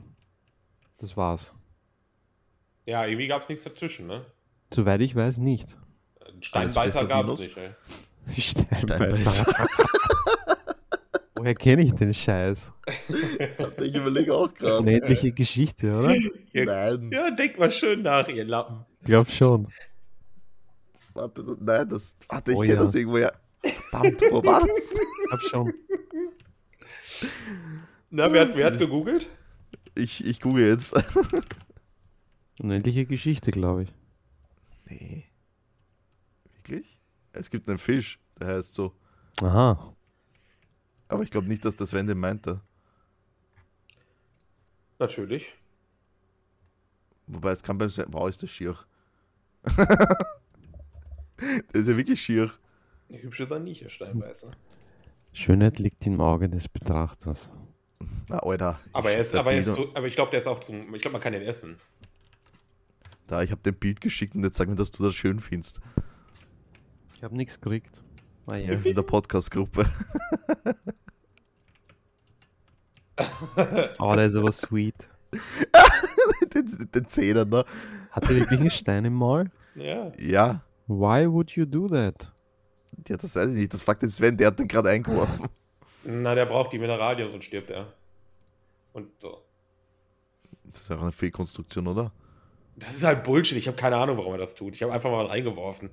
C: Das war's.
A: Ja, irgendwie gab es nichts dazwischen, ne?
C: Soweit ich weiß, nicht.
A: Einen Steinbeißer
B: Alles besser
A: gab es
B: Dinos?
A: nicht, ey.
C: Steinbeißer. Woher kenne ich den Scheiß?
B: Ich überlege auch gerade.
C: Unendliche Geschichte, oder? Ich
A: Ihr,
B: Nein,
A: ja, denkt mal schön nach, ihr Lappen.
C: glaube schon.
B: warte, nein, das. Warte, ich
C: Oh
B: kenne
C: ja.
B: das irgendwo ja. Verdammt, wo war das?
C: Ich glaube schon.
A: Na, wer hat, wer hat gegoogelt?
B: Ich, ich google jetzt.
C: Unendliche Geschichte, glaube ich.
B: Nee. Wirklich? Es gibt einen Fisch, der heißt so.
C: Aha.
B: Aber ich glaube nicht, dass das Sven den meinte.
A: Natürlich.
B: Wobei es kann beim Sven. Wow, ist das schier. das ist ja wirklich schier.
A: Eine hübsche Saniche, Steinbeißer.
C: Schönheit liegt im Auge des Betrachters.
B: Na, Alter. ich
A: Aber, er
B: schick
A: ist,
B: dir
A: aber, er ist
B: Bilder.
A: so, aber ich glaube, der ist auch zum. Ich glaube, man kann den essen.
B: Da, ich habe den Bild geschickt und jetzt sag mir, dass du das schön findest.
C: Ich habe nichts gekriegt.
B: Ja, das ist in der Podcast-Gruppe.
C: Oh, der ist aber sweet.
B: den, den Zehner, ne?
C: Hat er wirklich einen Stein im Maul?
A: Ja.
B: Ja,
C: Why would you do that?
B: Ja, das weiß ich nicht. Das fragt den Sven, der hat den gerade eingeworfen.
A: Na, der braucht die Mineralien, sonst stirbt er. Und so.
B: Das ist auch eine Fehlkonstruktion, oder?
A: Das ist halt Bullshit. Ich habe keine Ahnung, warum er das tut. Ich habe einfach mal reingeworfen.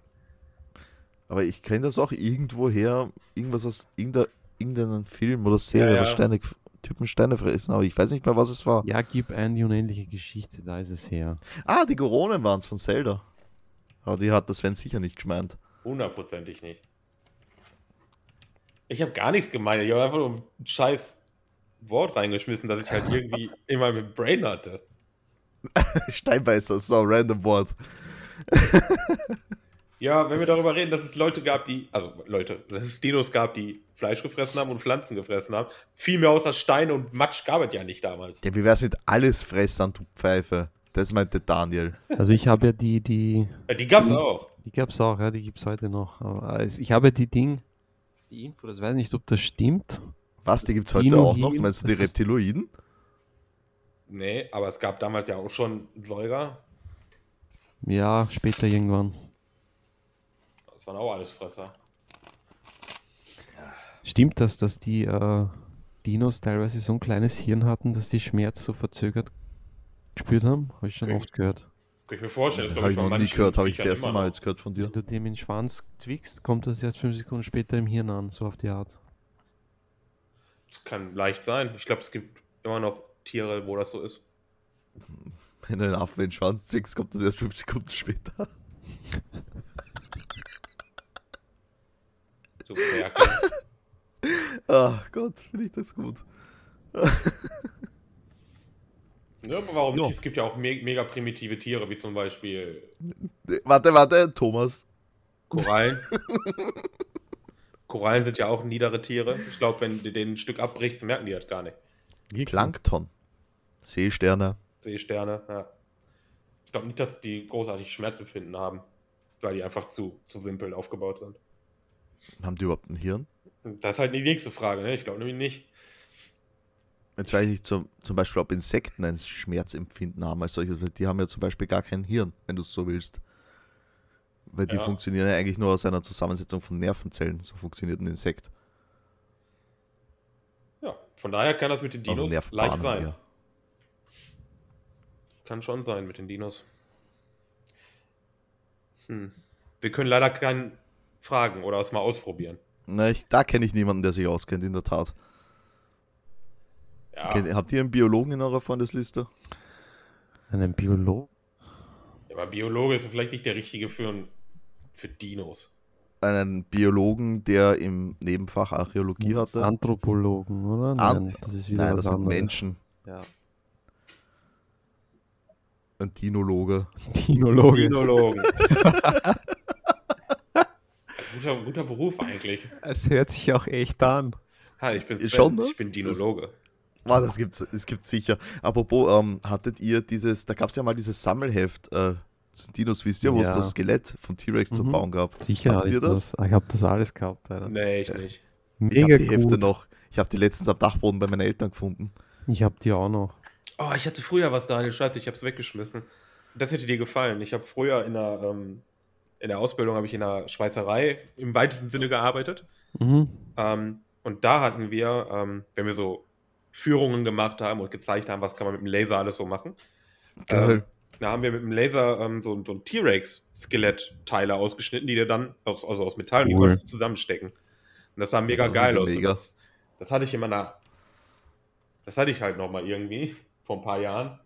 B: Aber ich kenne das auch irgendwoher, irgendwas aus irgendeiner, irgendeinem Film oder Serie,
A: Ja, ja.
B: was Steine, Typen Steine fressen, aber ich weiß nicht mehr, was es war.
C: Ja, gib ein die unendliche Geschichte, da ist es her.
B: Ah, die Goronen waren es von Zelda. Aber die hat das Sven sicher nicht gemeint.
A: Hundertprozentig nicht. Ich habe gar nichts gemeint. Ich habe einfach nur ein scheiß Wort reingeschmissen, das ich halt irgendwie in meinem Brain hatte.
B: Steinbeißer, so random Wort.
A: Ja, wenn wir darüber reden, dass es Leute gab, die, also Leute, dass es Dinos gab, die Fleisch gefressen haben und Pflanzen gefressen haben. Viel mehr außer Steine und Matsch gab es ja nicht damals.
B: Ja, wie wär's mit alles fressern, du Pfeife? Das meinte Daniel.
C: Also ich habe ja die, die,
A: Ja, Äh, die
B: Mhm.
A: gab es auch.
C: die gab's auch, ja, die gibt's heute noch. Aber es- ich habe ja die Ding, die Info, das weiß ich nicht, ob das stimmt.
B: Was, die gibt's heute
C: Dino
B: auch noch?
C: hier,
B: Meinst du die
C: das ist-
B: Reptiloiden?
A: Nee, aber es gab damals ja auch schon Säuger.
C: Ja, später irgendwann.
A: Das waren auch alles Fresser.
C: Stimmt das, dass die äh, Dinos teilweise so ein kleines Hirn hatten, dass die Schmerz so verzögert gespürt haben? Habe ich schon
A: Okay.
C: oft gehört.
A: Kann ich mir vorstellen. das
B: Habe ich
A: glaub
B: noch
A: bei
B: nie
A: manchen
B: gehört, habe ich das
A: Viechern
B: erste
A: immer
B: Mal
A: noch.
B: jetzt gehört von dir.
C: Wenn du dem in den Schwanz zwickst, kommt das erst fünf Sekunden später im Hirn an, so auf die Art.
A: Das kann leicht sein. Ich glaube, es gibt immer noch Tiere, wo das so ist.
B: Wenn du einen Affen in den Schwanz zwickst, kommt das erst fünf Sekunden später.
A: So Ferkel.
B: Ach Ah, Gott, finde ich das gut.
A: ja, aber warum
B: Ja.
A: nicht? Es gibt ja auch me mega primitive Tiere, wie zum Beispiel
B: Nee, Warte, warte, Thomas.
A: Korallen. Korallen sind ja auch niedere Tiere. Ich glaube, wenn du denen ein Stück abbrichst, merken die das gar nicht.
B: Plankton. Seesterne.
A: Seesterne, ja. Ich glaube nicht, dass die großartig Schmerzbefinden haben, weil die einfach zu, zu simpel aufgebaut sind.
B: Haben die überhaupt ein Hirn?
A: Das ist halt die nächste Frage, ne? Ich glaube nämlich nicht.
B: Jetzt weiß ich nicht zum, zum Beispiel, ob Insekten ein Schmerzempfinden haben als solches, weil die haben ja zum Beispiel gar kein Hirn, wenn du es so willst. Weil die
A: Ja.
B: funktionieren ja eigentlich nur aus einer Zusammensetzung von Nervenzellen. So funktioniert ein Insekt.
A: Ja, von daher kann das mit den
B: Also
A: Dinos
B: Nervenbahnen
A: leicht sein.
B: eher.
A: Das kann schon sein mit den Dinos. Hm. Wir können leider keinen fragen oder es mal ausprobieren.
B: Na, Ne, ich, da kenne ich niemanden, der sich auskennt, in der Tat.
A: Ja,
B: Kennt- Habt ihr einen Biologen in eurer Freundesliste?
C: Einen Biologen?
A: aber Biologe ist vielleicht nicht der richtige für, ein- für Dinos.
B: Einen Biologen, der im Nebenfach Archäologie hatte?
C: Anthropologen, oder?
B: An-
C: Nein, das ist wieder
B: Ah, Nein,
C: was
B: das sind
C: anderes.
B: Menschen.
C: Ja.
B: Ein Dinologe.
C: Dinologe.
A: Dinologen. guter, guter Beruf eigentlich.
C: Es hört sich auch echt an.
A: Hi, ich bin Sven,
B: Ist schon, ne?
A: ich bin Dinologe.
B: Ah, das gibt's, es gibt sicher. Apropos, ähm, hattet ihr dieses, da gab es ja mal dieses Sammelheft äh, zu Dinos, wisst ihr, wo es
C: Ja.
B: das Skelett von T-Rex zu
C: Mhm.
B: bauen gab?
C: Sicher
B: hattet
C: ist
B: ihr das?
C: das. Ah, Ich habe das alles gehabt, Alter.
A: Nee, ich nicht.
B: Ich habe
C: Mega
B: die Hefte
C: gut.
B: noch. Ich habe die letztens am Dachboden bei meinen Eltern gefunden.
C: Ich habe die auch noch.
A: Oh, ich hatte früher was, Daniel. Scheiße, ich hab's weggeschmissen. Das hätte dir gefallen. Ich habe früher in der, ähm, in der Ausbildung, habe ich in der Schweißerei im weitesten Sinne gearbeitet.
C: Mhm.
A: Ähm, und da hatten wir, ähm, wenn wir so Führungen gemacht haben und gezeigt haben, was kann man mit dem Laser alles so machen, ähm,
B: Geil.
A: da haben wir mit dem Laser ähm, so, so ein T-Rex-Skelettteile ausgeschnitten, die dir dann aus, also aus Metall und die
C: Cool.
A: konntest du zusammenstecken. Und das sah mega
B: Das ist
A: geil
B: ja
A: aus. Und
B: mega.
A: Das, das hatte ich in meiner. Das hatte ich halt nochmal irgendwie vor ein paar Jahren.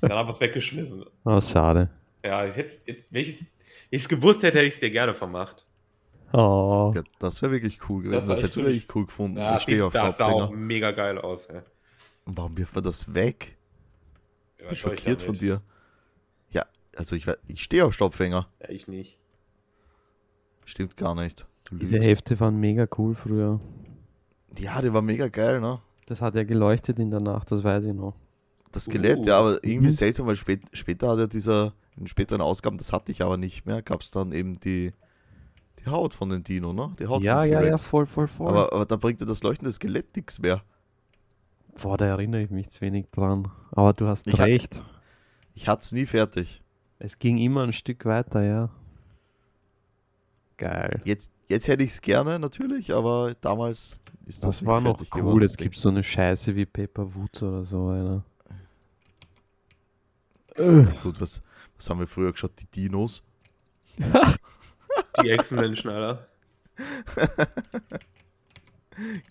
A: Dann haben wir es weggeschmissen.
C: Ah, schade.
A: Ja, ich hätte, jetzt, wenn ich es- wenn ich es gewusst hätte, hätte ich es dir gerne vermacht.
C: Oh.
B: Ja, das wäre wirklich cool gewesen.
A: war
B: Das,
A: echt
B: hättest du wirklich cool gefunden.
A: Ja,
B: ich stehe auf
A: das sah auch
B: Staubfinger.
A: mega geil aus. Ey.
B: Und Warum wirft man das weg?
A: Ja,
B: Ich
A: was
B: bin
A: soll ich
B: schockiert von
A: damit?
B: dir. Ja, also ich, we- ich stehe auf Staubfänger.
A: Ja, ich nicht.
B: Stimmt gar nicht. Du
C: Diese
B: lügst.
C: Hefte waren mega cool früher.
B: Ja, die war mega geil, ne?
C: Das hat ja geleuchtet in der Nacht, das weiß ich noch.
B: Das Skelett,
A: Uh.
B: ja, aber irgendwie
C: Mhm.
B: seltsam, weil spät, später hat er dieser, in späteren Ausgaben, das hatte ich aber nicht mehr, gab es dann eben die, die Haut von den Dino, ne? Die Haut
C: ja,
B: von
C: ja, ja,
B: T-Rex.
C: voll, voll, voll.
B: aber, aber da bringt dir das leuchtende Skelett nichts mehr.
C: Boah, da erinnere ich mich zu wenig dran. Aber du hast
B: Ich hab-
C: recht.
B: Ich hatte es nie fertig.
C: Es ging immer ein Stück weiter, ja. Geil.
B: Jetzt, jetzt hätte ich es gerne natürlich, aber damals ist das,
C: Das, war
B: nicht
C: noch
B: fertig
C: cool.
B: geworden,
C: Jetzt
B: deswegen.
C: gibt es so eine Scheiße wie Pepper Woods oder so einer.
B: Gut, was, was haben wir früher geschaut? Die Dinos.
A: Die Echsenmenschen, Alter.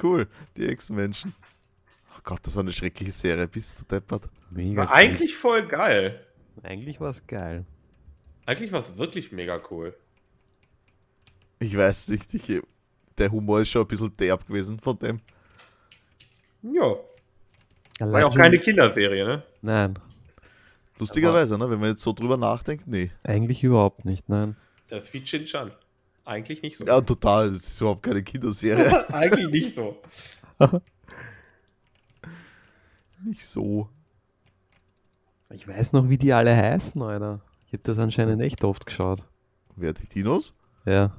B: Cool, die Ex-Menschen. Oh Gott, das war eine schreckliche Serie. Bist du deppert?
C: Mega
A: War eigentlich voll geil.
C: cool. eigentlich war es geil.
A: Eigentlich war es wirklich mega cool.
B: Ich weiß nicht, ich, der Humor ist schon ein bisschen derb gewesen von dem.
A: Ja. War
C: Allein
A: ja auch
C: schon-
A: keine Kinderserie, ne?
C: Nein,
B: Lustigerweise, ne? wenn man jetzt so drüber nachdenkt, nee.
C: eigentlich überhaupt nicht. Nein.
A: Das ist wie Chin Chan. Eigentlich nicht so.
B: Ja, total, das ist überhaupt keine Kinderserie.
A: Eigentlich nicht so.
B: Nicht so.
C: Ich weiß noch, wie die alle heißen, Alter. Ich habe das anscheinend echt oft geschaut.
B: Wer die Dinos?
C: Ja.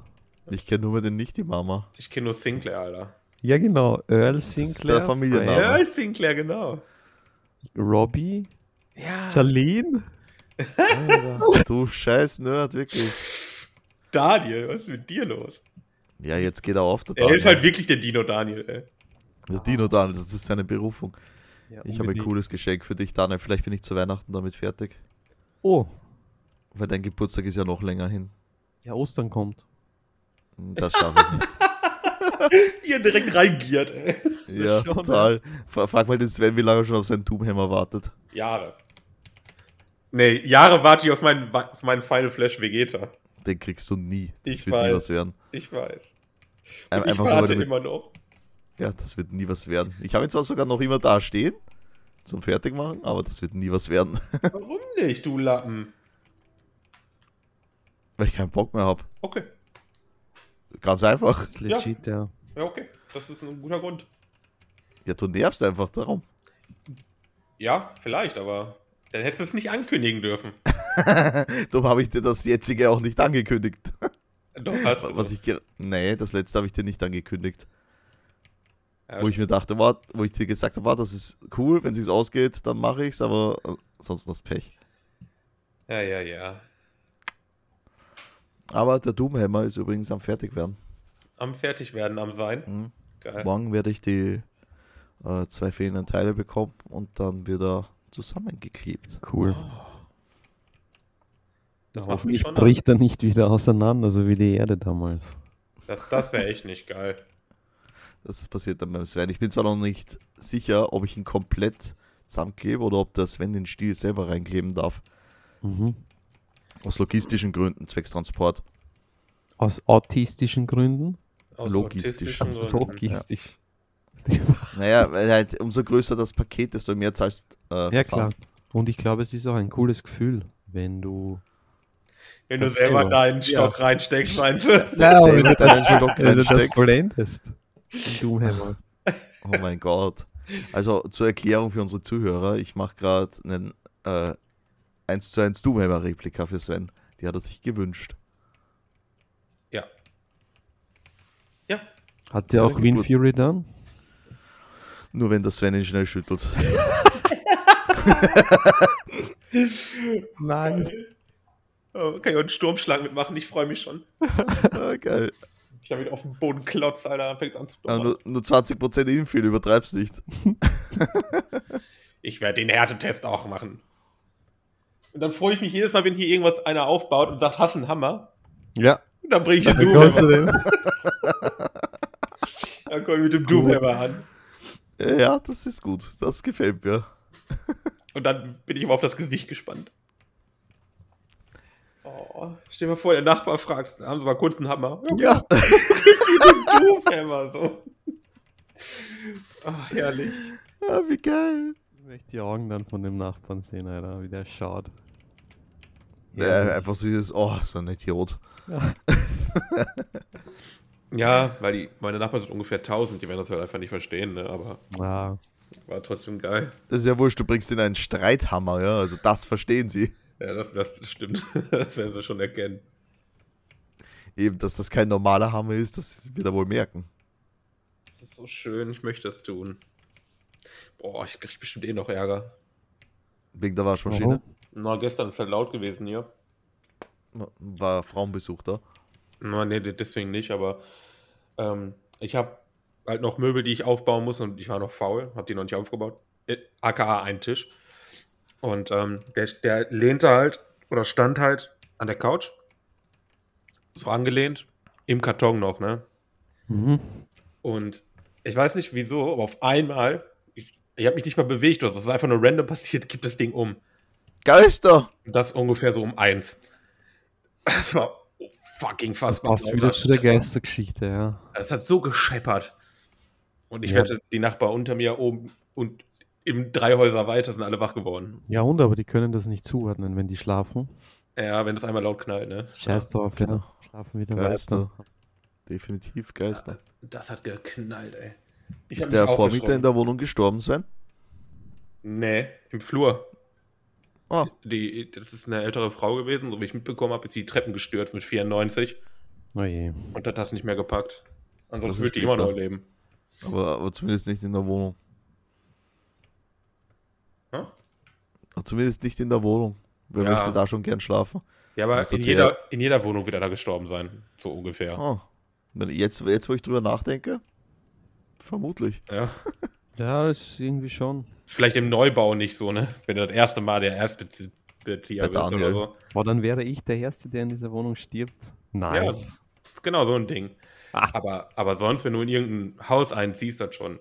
B: Ich kenne nur mal den nicht, die Mama.
A: Ich kenne nur Sinclair, Alter.
C: Ja, genau. Earl
B: der
C: Sinclair.
B: Familienname.
C: Frank,
B: Aber-
A: Earl Sinclair, genau.
C: Robbie.
A: Ja.
C: Charlene.
B: Alter, du scheiß Nerd, wirklich.
A: Daniel, was ist mit dir los?
B: Ja, jetzt geht er auf, der
A: Er ist
B: Daniel.
A: halt wirklich der Dino Daniel, ey.
B: Der Dino Daniel, das ist seine Berufung.
C: Ja,
B: Ich habe ein
C: unbedingt.
B: cooles Geschenk für dich, Daniel. Vielleicht bin ich zu Weihnachten damit fertig.
C: Oh,
B: Weil dein Geburtstag ist ja noch länger hin.
C: ja, Ostern kommt.
B: Das schaffe ich nicht.
A: Wie er direkt reingiert, ey.
B: Ja,
C: Schon,
B: total. Fra- Frag mal den Sven, wie lange er schon auf seinen Doomhammer wartet.
A: Jahre. Nee, Jahre warte ich auf meinen, auf meinen Final Flash Vegeta.
B: Den kriegst du nie. Das
A: Ich
B: wird
A: weiß.
B: nie was werden.
A: Ich weiß.
B: Ein-
A: Und ich
B: nur, weil
A: warte
B: du mit-
A: immer noch.
B: ja, das wird nie was werden. Ich habe ihn zwar sogar noch immer da stehen zum Fertigmachen, aber das wird nie was werden,
A: Warum nicht, du Lappen?
B: weil ich keinen Bock mehr habe.
A: Okay,
B: Ganz einfach.
C: Das ist legit, ja.
A: ja, okay. Das ist ein guter Grund.
B: Ja, du nervst einfach darum.
A: Ja, vielleicht, aber dann hättest du es nicht ankündigen dürfen.
B: Darum habe ich dir das jetzige auch nicht angekündigt.
A: Doch, hast du.
B: Was ich ge- nee, das letzte habe ich dir nicht angekündigt.
A: ja,
B: wo ich mir dachte, war, wo ich dir gesagt habe, war, das ist cool, wenn es ausgeht, dann mache ich's, aber ansonsten das Pech.
A: ja, ja, ja.
B: Aber der Doomhammer ist übrigens am Fertigwerden.
A: Am Fertigwerden, am Sein.
B: Mhm.
A: Geil.
B: Morgen werde ich die äh, zwei fehlenden Teile bekommen und dann wieder zusammengeklebt.
C: Cool.
A: Das macht mich
C: Hoffentlich
A: schon
C: bricht er nicht wieder auseinander, so wie die Erde damals.
A: Das, das wäre echt nicht geil.
B: Das passiert dann beim Sven. Ich bin zwar noch nicht sicher, ob ich ihn komplett zusammenklebe oder ob der Sven den Stiel selber reinkleben darf.
C: Mhm.
B: Aus logistischen Gründen, zwecks Transport.
C: Aus autistischen Gründen?
A: Aus
B: Logistisch.
A: autistischen Gründen.
C: Logistisch.
B: Naja, weil halt umso größer das Paket, desto mehr zahlst
C: Ja.
B: äh,
C: ja, klar.
B: Versand.
C: Und ich glaube, es ist auch ein cooles Gefühl, wenn du.
A: Wenn du
C: Das
A: selber
C: selber.
A: deinen Stock reinsteckst, meinst du?
C: Ja,
B: Selber deinen Stock reinsteckst.
C: vollendest. Im Doomhammer.
B: Oh mein Gott. Also zur Erklärung für unsere Zuhörer, ich mache gerade einen äh, 1 zu 1 Doomhammer-Replika für Sven. Die hat er sich gewünscht.
A: Ja. Ja,
C: Hat der auch Win Fury dann?
B: Nur wenn der Sven ihn schnell schüttelt.
C: Nein.
A: Oh, Kann ich auch einen Sturmschlag mitmachen, ich freue mich schon.
B: ah, geil.
A: Ich habe ihn auf den Boden klotzt, Alter, dann fängt an zu
B: Aber
A: blubbern.
B: nur, nur 20% Infield, übertreib's nicht.
A: Ich werde den Härtetest auch machen. Und dann freue ich mich jedes Mal, wenn hier irgendwas einer aufbaut und sagt, hast einen Hammer.
C: Ja.
A: Und dann bringe ich den
C: Kommst du
A: Doomhammer.
C: denn?
A: Dann komme ich mit dem Doomhammer an.
B: Äh, Ja, das ist gut. Das gefällt mir.
A: Und dann bin ich immer auf das Gesicht gespannt. Oh, stell dir mal vor, der Nachbar fragt, haben Sie mal kurz einen Hammer?
C: Ja.
A: Doomhammer, so. Ach, herrlich.
B: Ah, wie geil.
C: Ich möchte die Augen dann von dem Nachbarn sehen, Alter, wie der schaut.
B: Äh, einfach so dieses, oh, so ein Idiot.
A: Ja, weil die, meine Nachbarn sind ungefähr 1000, die werden das halt einfach nicht verstehen, ne? aber
C: Ah,
A: war trotzdem geil.
B: Das ist ja wurscht, du bringst ihn einen Streithammer, ja. Also das verstehen sie.
A: Ja, das, das stimmt. Das werden sie schon erkennen.
B: Eben, dass das kein normaler Hammer ist, das wird er wohl merken.
A: Das ist so schön, ich möchte das tun. Boah, ich krieg bestimmt eh noch Ärger.
B: Wegen der Waschmaschine.
A: Na, gestern ist halt laut gewesen hier.
B: War Frauenbesuch da.
A: Na, nee, deswegen nicht, aber ähm, ich habe halt noch Möbel, die ich aufbauen muss und ich war noch faul, habe die noch nicht aufgebaut. Äh, AKA ein Tisch. Und ähm, der, der lehnte halt oder stand halt an der Couch, so angelehnt, im Karton noch, ne?
C: Mhm.
A: Und ich weiß nicht wieso, aber auf einmal, ich, ich habe mich nicht mal bewegt, also es ist einfach nur random passiert, gibt das Ding um.
B: Geister!
A: Und das ungefähr so um eins. Das war fucking
C: Das
A: fassbar.
C: passt wieder zu der Geistergeschichte, ja.
A: Das hat so gescheppert. Und ich
C: Ja.
A: wette, die Nachbarn unter mir oben und eben drei Häuser weiter sind alle wach geworden.
C: Ja, Hunde, aber die können das nicht zuordnen, wenn die schlafen.
A: Ja, wenn das einmal laut knallt, ne?
C: Scheiß drauf,
B: genau.
C: ja. Schlafen wieder
B: Geister.
C: weiter.
B: Definitiv Geister.
A: Das hat geknallt, ey. Ich hab
B: Ist
A: mich
B: der
A: auch
B: Vormieter in
A: erschrocken.
B: der Wohnung gestorben, Sven?
A: Nee, im Flur.
B: Ah,
A: Die, das ist eine ältere Frau gewesen, so wie ich mitbekommen habe, ist die Treppen gestürzt mit 94
C: Oh je.
A: und hat das nicht mehr gepackt.
B: Das
A: Ansonsten
B: ist
A: würde die immer
B: bitter.
A: noch leben.
B: aber, aber zumindest nicht in der Wohnung.
A: Hm?
B: Aber Zumindest nicht in der Wohnung. Wer
A: Ja.
B: möchte da schon gern schlafen?
A: Ja,
B: Das
A: aber
B: ist
A: in
B: jetzt
A: jeder, in jeder Wohnung wird einer gestorben sein, so ungefähr.
B: Ah. Wenn- Jetzt, jetzt, wo ich drüber nachdenke, vermutlich.
A: Ja.
C: Ja, ist irgendwie schon.
A: Vielleicht im Neubau nicht so, ne? Wenn du das erste Mal der Erstbezieher
B: Bei
A: bist oder
B: Daniel.
A: so.
C: Boah, dann wäre ich der Erste, der in dieser Wohnung stirbt. Nice.
A: Genau so ein Ding.
C: Ah.
A: Aber, aber sonst, wenn du in irgendein Haus einziehst, das schon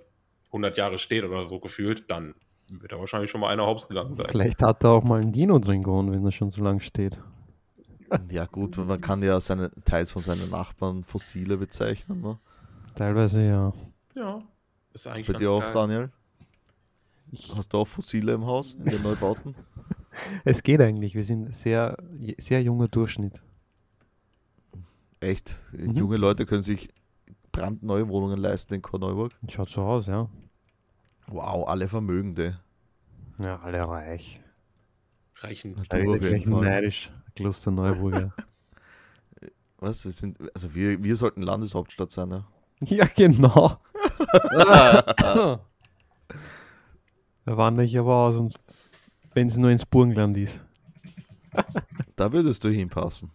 A: 100 Jahre steht oder so gefühlt, dann wird da wahrscheinlich schon mal einer hops gegangen sein.
C: Vielleicht hat er auch mal einen Dino drin gehauen, wenn er schon so lange steht.
B: Ja, gut, man kann ja seine, teils von seinen Nachbarn Fossile bezeichnen. Ne?
C: Teilweise ja.
A: Ja. Ist eigentlich
B: Bei
A: ganz
B: dir auch,
A: geil.
B: Daniel?
C: Ich,
B: Hast du auch Fossile im Haus, in den Neubauten?
C: es geht eigentlich. Wir sind sehr, sehr junger Durchschnitt.
B: Echt?
C: Mhm.
B: Junge Leute können sich brandneue Wohnungen leisten in Korneuburg.
C: Schaut so aus, ja.
B: Wow, alle Vermögende.
C: Ja, alle reich.
A: Reichen.
B: Natur auf jeden Fall.
C: neidisch. Kloster Neuburger.
B: Was? Wir sind, also wir, wir sollten Landeshauptstadt sein, ja.
C: ja, genau. da wandere ich aber aus und wenn es nur ins Burgenland ist.
B: Da würdest du hinpassen.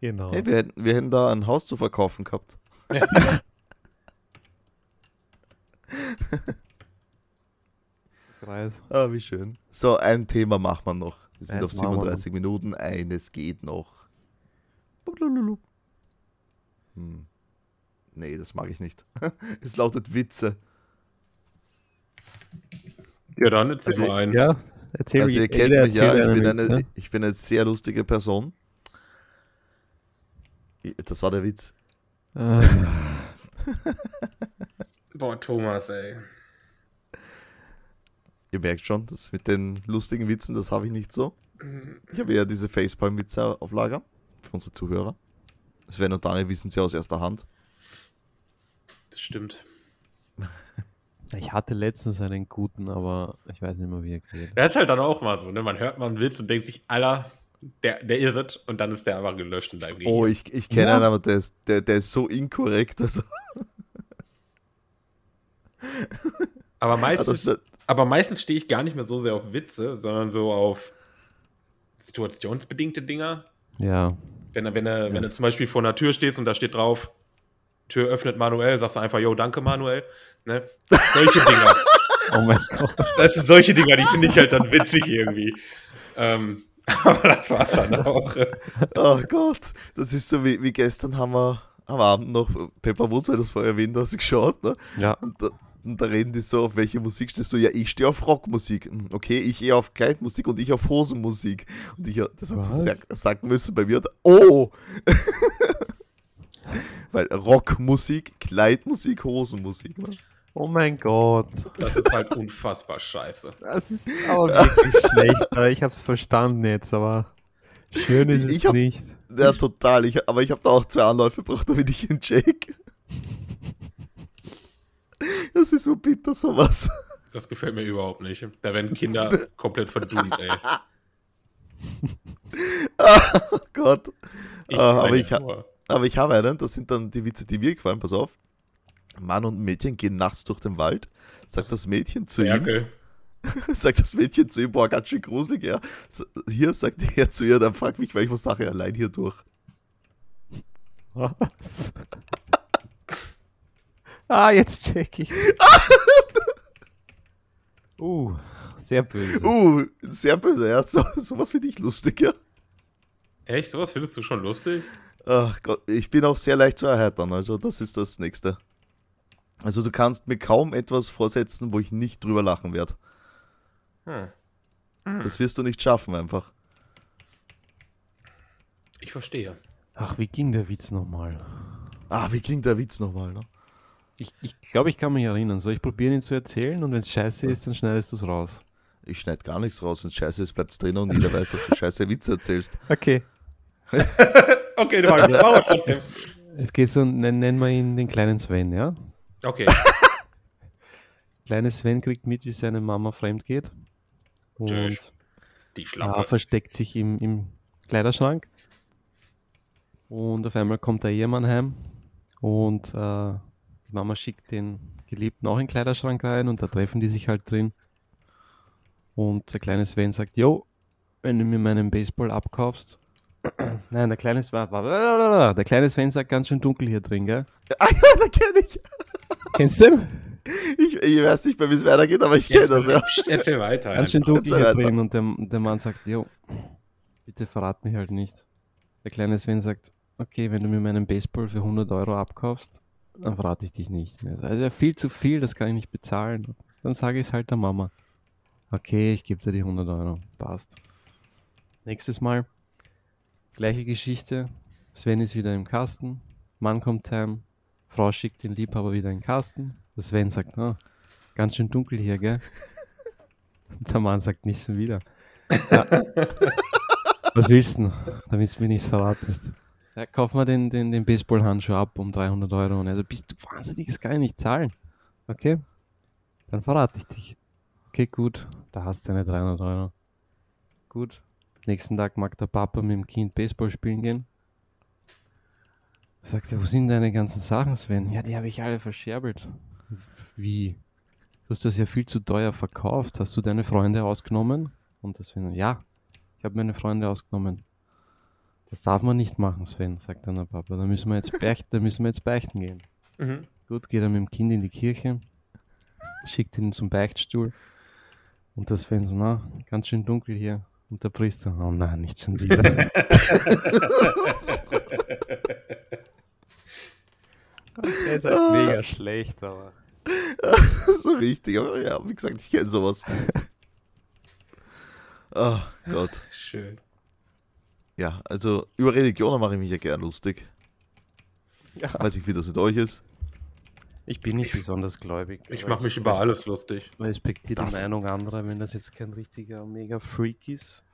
C: Genau.
B: Hey, wir hätten, wir hätten da ein Haus zu verkaufen gehabt.
C: Kreis.
B: Ah, wie schön. So, ein Thema machen wir noch. Wir sind auf
C: Eins machen wir noch.
B: 37 Minuten. Eines geht noch. Blablabla. Hm. Nee, das mag ich nicht. es lautet Witze.
A: Ja, dann erzähl
B: Also,
A: mal einen.
C: Ja, erzähl
B: also ihr
C: jeder
B: kennt mich ja,
C: erzählt
B: ich
C: einen
B: bin,
C: Witz,
B: eine,
C: ja?
B: ich bin eine sehr lustige Person. I- Das war der Witz.
C: Äh,
A: Boah, Thomas, ey.
B: Ihr merkt schon, das mit den lustigen Witzen, das habe ich nicht so. Ich habe eher diese Facepalm-Witze auf Lager für unsere Zuhörer. Sven und Daniel wissen sie aus erster Hand.
A: Das stimmt.
C: Ich hatte letztens einen guten, aber ich weiß nicht mehr, wie er geht.
A: Das ist halt dann auch mal so, ne? Man hört mal einen Witz und denkt sich, Alter, der, der ist es. Und dann ist der aber gelöscht in deinem Gehirn.
B: Oh, ich, ich kenne
C: Ja.
B: einen, aber der ist, der, der ist so inkorrekt. Also,
A: Aber
B: das
A: meistens,
B: ist ne-
A: aber meistens stehe ich gar nicht mehr so sehr auf Witze, sondern so auf situationsbedingte Dinger.
C: Ja,
A: Wenn, du- wenn, du- wenn du
B: das-
A: zum Beispiel vor einer Tür stehst und da steht drauf, Tür öffnet manuell, sagst du einfach, yo, danke manuell. Ne? Solche Dinger.
C: oh mein Gott.
A: Das sind solche Dinger, die finde ich halt dann witzig irgendwie. Ähm, aber das war's dann auch.
B: oh Gott, das ist so wie, wie gestern haben wir am Abend noch Pepper Woods, weil das vorher erwähnt hast, geschaut. Ne?
C: Ja,
B: Und da, und da reden die so, auf welche Musik stehst du? Ja, ich stehe auf Rockmusik. Hm, Okay, ich eher auf Kleidmusik und ich auf Hosenmusik. Und ich, das hat sie
C: Was?
B: sehr- sagen müssen bei mir. hat- Oh! Weil Rockmusik, Kleidmusik, Hosenmusik. Ne?
C: oh mein Gott.
A: Das ist halt unfassbar scheiße.
C: Das ist aber wirklich schlecht. aber Ich habe es verstanden jetzt, aber schön ist
B: Ich
C: es
B: hab-
C: nicht.
B: Ja, total. Ich, aber ich habe da auch zwei Anläufe gebraucht, damit ich ihn check. Das ist so bitter, sowas.
A: Das gefällt mir überhaupt nicht. Da werden Kinder komplett verdummt, ey.
B: Oh Gott. Äh, aber
A: meine
B: ich, ha-
A: nur.
B: Aber ich habe einen, das sind dann die Witze, die mir gefallen, pass auf. Mann und Mädchen gehen nachts durch den Wald, sagt das Mädchen zu ihm,
A: Merkel.
B: sagt das Mädchen zu ihm, boah, ganz schön gruselig, ja. S- Hier sagt er zu ihr, dann frag mich, weil ich muss nachher allein hier durch.
C: Was? ah, jetzt check ich. uh, sehr böse.
B: Uh, sehr böse, ja. So, sowas finde ich lustig, ja.
A: Echt? Sowas findest du schon lustig?
B: Ach Gott, ich bin auch sehr leicht zu erheitern, also das ist das Nächste. Also du kannst mir kaum etwas vorsetzen, wo ich nicht drüber lachen werde.
A: Hm.
B: Das wirst du nicht schaffen einfach.
A: Ich verstehe.
C: Ach, wie ging der Witz nochmal?
B: Ah, wie ging der Witz nochmal, ne?
C: Ich, ich glaube, ich kann mich erinnern. Soll ich probieren, ihn zu erzählen? Und wenn es scheiße ist, dann schneidest du es raus.
B: Ich schneide gar nichts raus, wenn scheiße ist, bleibt's drin und jeder weiß, dass du scheiße Witze erzählst.
C: Okay.
A: Okay, du machst mach mal trotzdem.
C: Es, es geht so, nenn- nennen wir ihn den kleinen Sven, ja?
A: Okay.
C: Kleine Sven kriegt mit, wie seine Mama fremd geht. Und
A: Tschüss. Die
C: ja,
A: Schlampe.
C: versteckt sich im, im Kleiderschrank. Und auf einmal kommt der Ehemann heim und äh, die Mama schickt den Geliebten auch in den Kleiderschrank rein und da treffen die sich halt drin. Und der kleine Sven sagt, Jo, wenn du mir meinen Baseball abkaufst. Nein, der kleine Sven, der kleine Sven sagt ganz schön dunkel hier drin, gell?
B: Ah ja, da kenne ich.
C: Kennst du den?
B: ich. Ich weiß nicht mehr, wie es weitergeht, aber ich kenne das, ja.
A: Psst, Erzähl weiter.
C: Ganz schön dunkel
B: Erzähl
C: hier
B: weiter.
C: drin und der, der Mann sagt, jo, bitte verrat mich halt nicht. Der kleine Sven sagt, okay, wenn du mir meinen Baseball für 100 Euro abkaufst, dann verrate ich dich nicht. Er sagt, Also viel zu viel, das kann ich nicht bezahlen. Dann sage ich es halt der Mama. Okay, ich gebe dir die 100 Euro. Passt. Nächstes Mal, gleiche Geschichte. Sven ist wieder im Kasten. Mann kommt heim. Frau schickt den Liebhaber wieder in den Kasten. Der Sven sagt, oh, ganz schön dunkel hier, gell? Der Mann sagt nicht schon wieder. Ja. Was willst du denn, damit du mir nichts verratest? Ja, kauf mal den, den, den Baseballhandschuh ab um 300 Euro. Und er so, bist du wahnsinnig, das kann ich nicht zahlen. Okay, dann verrate ich dich. Okay, gut, da hast du deine 300 Euro. Gut, nächsten Tag mag der Papa mit dem Kind Baseball spielen gehen. Sagt er, wo sind deine ganzen Sachen, Sven? Ja, die habe ich alle verscherbelt. Wie? Du hast das ja viel zu teuer verkauft. Hast du deine Freunde ausgenommen? Und der Sven, ja, ich habe meine Freunde ausgenommen. Das darf man nicht machen, Sven, sagt dann der Papa. Da müssen wir jetzt beichten, da müssen wir jetzt beichten gehen.
A: Mhm.
C: Gut, geht er mit dem Kind in die Kirche, schickt ihn zum Beichtstuhl. Und der Sven so, na, ganz schön dunkel hier. Und der Priester, oh nein, nicht schon wieder. Der ist halt mega schlecht, aber.
B: so richtig, aber ja, wie gesagt, ich kenne sowas. Oh Gott.
A: Schön.
B: Ja, also über Religionen mache ich mich ja gern lustig.
C: Ja.
B: Weiß ich, wie das mit euch ist.
C: Ich bin nicht besonders gläubig.
A: Ich
C: aber
A: mache mich über alles lustig.
C: Respektiere die
B: Das-
C: Meinung anderer, wenn das jetzt kein richtiger Mega-Freak ist.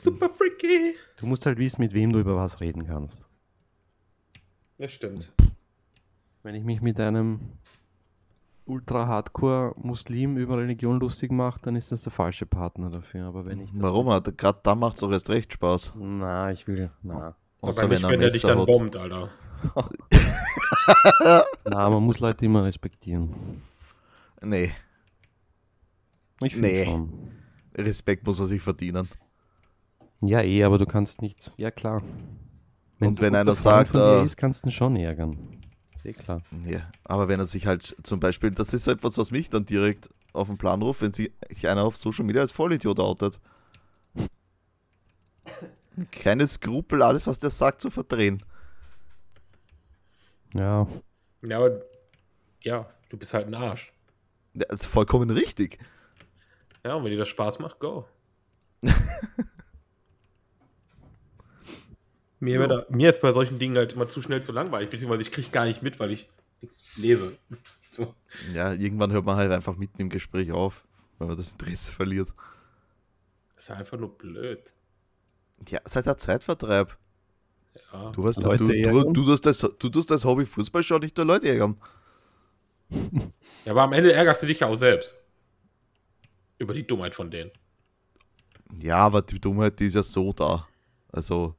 A: Super freaky.
C: Du musst halt wissen, mit wem du über was reden kannst.
A: Das stimmt.
C: Wenn ich mich mit einem ultra-hardcore-Muslim über Religion lustig mache, dann ist das der falsche Partner dafür. Aber wenn ich das.
B: Warum? Gerade da macht es auch erst recht Spaß.
C: Na, ich will. Na.
A: Aber nicht, wenn er dich dann bombt, Alter.
C: na, man muss Leute immer respektieren.
B: Nee,
C: Ich finde
B: Nee.
C: schon.
B: Respekt muss er sich verdienen.
C: Ja, eh, aber du kannst nicht. Ja, klar.
B: Und
C: es
B: wenn
C: guter
B: einer
C: Freund von
B: sagt,
C: dir
B: äh,
C: ist, kannst du ihn schon ärgern. Eh, klar.
B: Ja, aber wenn er sich halt zum Beispiel, das ist so etwas, was mich dann direkt auf den Plan ruft, wenn sich einer auf Social Media als Vollidiot outet. Keine Skrupel, alles, was der sagt, zu verdrehen.
C: Ja,
A: Ja, aber, ja, du bist halt ein Arsch.
B: Ja, Das ist vollkommen richtig.
A: Ja, und wenn dir das Spaß macht, go. mir, wird da, mir ist bei solchen Dingen halt immer zu schnell zu langweilig, beziehungsweise ich kriege gar nicht mit, weil ich nichts lese. So.
B: Ja, irgendwann hört man halt einfach mitten im Gespräch auf, wenn man das Interesse verliert.
A: Das ist einfach nur blöd.
B: Ja, seit der Zeitvertreib.
A: Ja.
B: Du hast, du,
C: Leute
B: du,
C: ärgern.
B: du, hast das, du tust das Hobby Fußball schon nicht nur Leute ärgern.
A: ja, aber am Ende ärgerst du dich ja auch selbst. Über die Dummheit von denen.
B: Ja, aber die Dummheit, die ist ja so da. Also,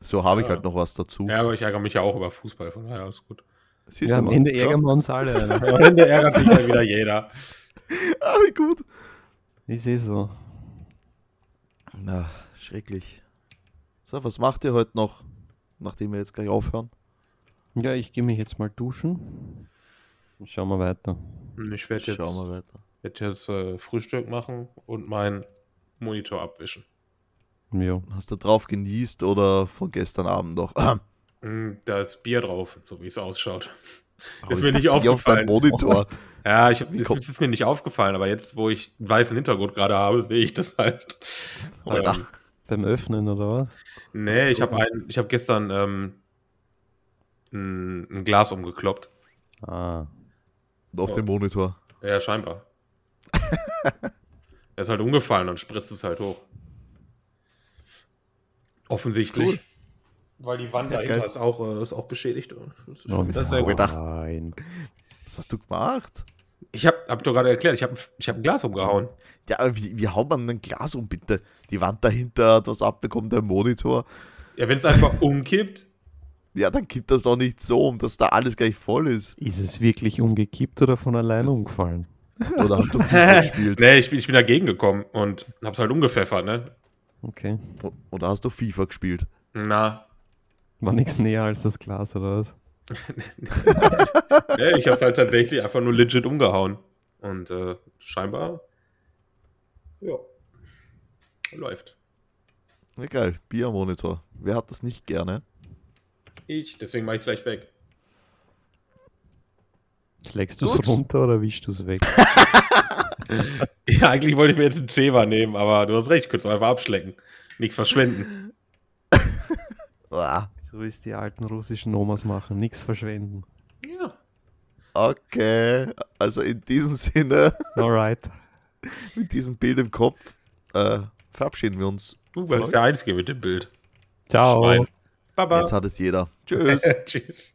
B: so habe ich
A: Ja.
B: halt noch was dazu.
A: Ja, aber ich ärgere mich ja auch über Fußball, von daher alles gut.
B: Siehst
C: ja
B: du
C: am
B: mal.
C: Ende
B: Schau.
C: ärgern wir uns alle.
A: Am Ende ärgert sich ja wieder jeder.
B: Ah, wie gut.
C: Ich sehe eh so.
B: Na, schrecklich. So, was macht ihr heute noch? nachdem wir jetzt gleich aufhören.
C: Ja, ich gehe mich jetzt mal duschen. Und schauen wir weiter.
A: Hm, Ich werde jetzt,
B: Schauen wir weiter.
A: werd jetzt äh, Frühstück machen und meinen Monitor abwischen.
C: Jo.
B: Hast du drauf genießt oder von gestern Abend noch?
A: Mm, Da ist Bier drauf, so wie es ausschaut.
B: Aber
A: mir
B: da
A: nicht
B: Bier auf deinem
A: aufgefallen.
B: Monitor.
A: Ja, ich hab,
B: Wie
A: es
B: kommt-
A: ist mir nicht aufgefallen, aber jetzt, wo ich einen weißen Hintergrund gerade habe, sehe ich das halt.
B: Alter.
A: Ähm,
C: Beim Öffnen oder was?
A: nee, ich habe hab gestern ähm, ein, ein Glas umgekloppt.
C: Ah.
B: Und auf dem Monitor.
A: Ja, scheinbar. er ist halt umgefallen und spritzt es halt hoch. Offensichtlich.
B: Cool.
A: Weil die Wand
B: Ja, geil.
A: dahinter ist auch, äh, ist auch beschädigt. Das ist schon wieder sehr
B: nein.
A: gut.
C: nein.
B: Was hast du gemacht?
A: Ich habe hab doch gerade erklärt, ich habe ich hab ein Glas umgehauen.
B: Ja, aber wie, wie haut man ein Glas um, bitte? Die Wand dahinter hat was abbekommen, der Monitor.
A: Ja, wenn es einfach umkippt,
B: Ja, dann kippt das doch nicht so um, dass da alles gleich voll ist.
C: Ist es wirklich umgekippt oder von allein
B: Das-
C: umgefallen?
B: Oder hast du FIFA gespielt?
A: Nee, ich bin, ich bin dagegen gekommen und hab's halt umgepfeffert, ne?
C: Okay.
B: O- Oder hast du FIFA gespielt?
A: Na.
C: War nichts näher als das Glas oder was?
A: Nee, ich hab's halt tatsächlich einfach nur legit umgehauen. Und äh, scheinbar. Ja. Läuft.
B: Egal, Biermonitor. Wer hat das nicht gerne?
A: Ich, deswegen mach ich's gleich weg.
C: Schlägst du
B: Gut.
C: es runter oder wischst du es weg?
A: Ja, eigentlich wollte ich mir jetzt einen Zewa nehmen, aber du hast recht, könntest einfach abschlecken. Nichts verschwenden.
B: Ah,
C: so wie es die alten russischen Omas machen. Nichts verschwenden.
A: Ja.
B: okay, also in diesem Sinne,
C: Alright.
B: mit diesem Bild im Kopf, äh, verabschieden wir uns.
A: Du warst der Einzige mit dem Bild.
C: Ciao.
A: Schwein. Baba.
B: Jetzt hat es jeder. Tschüss.
A: Tschüss.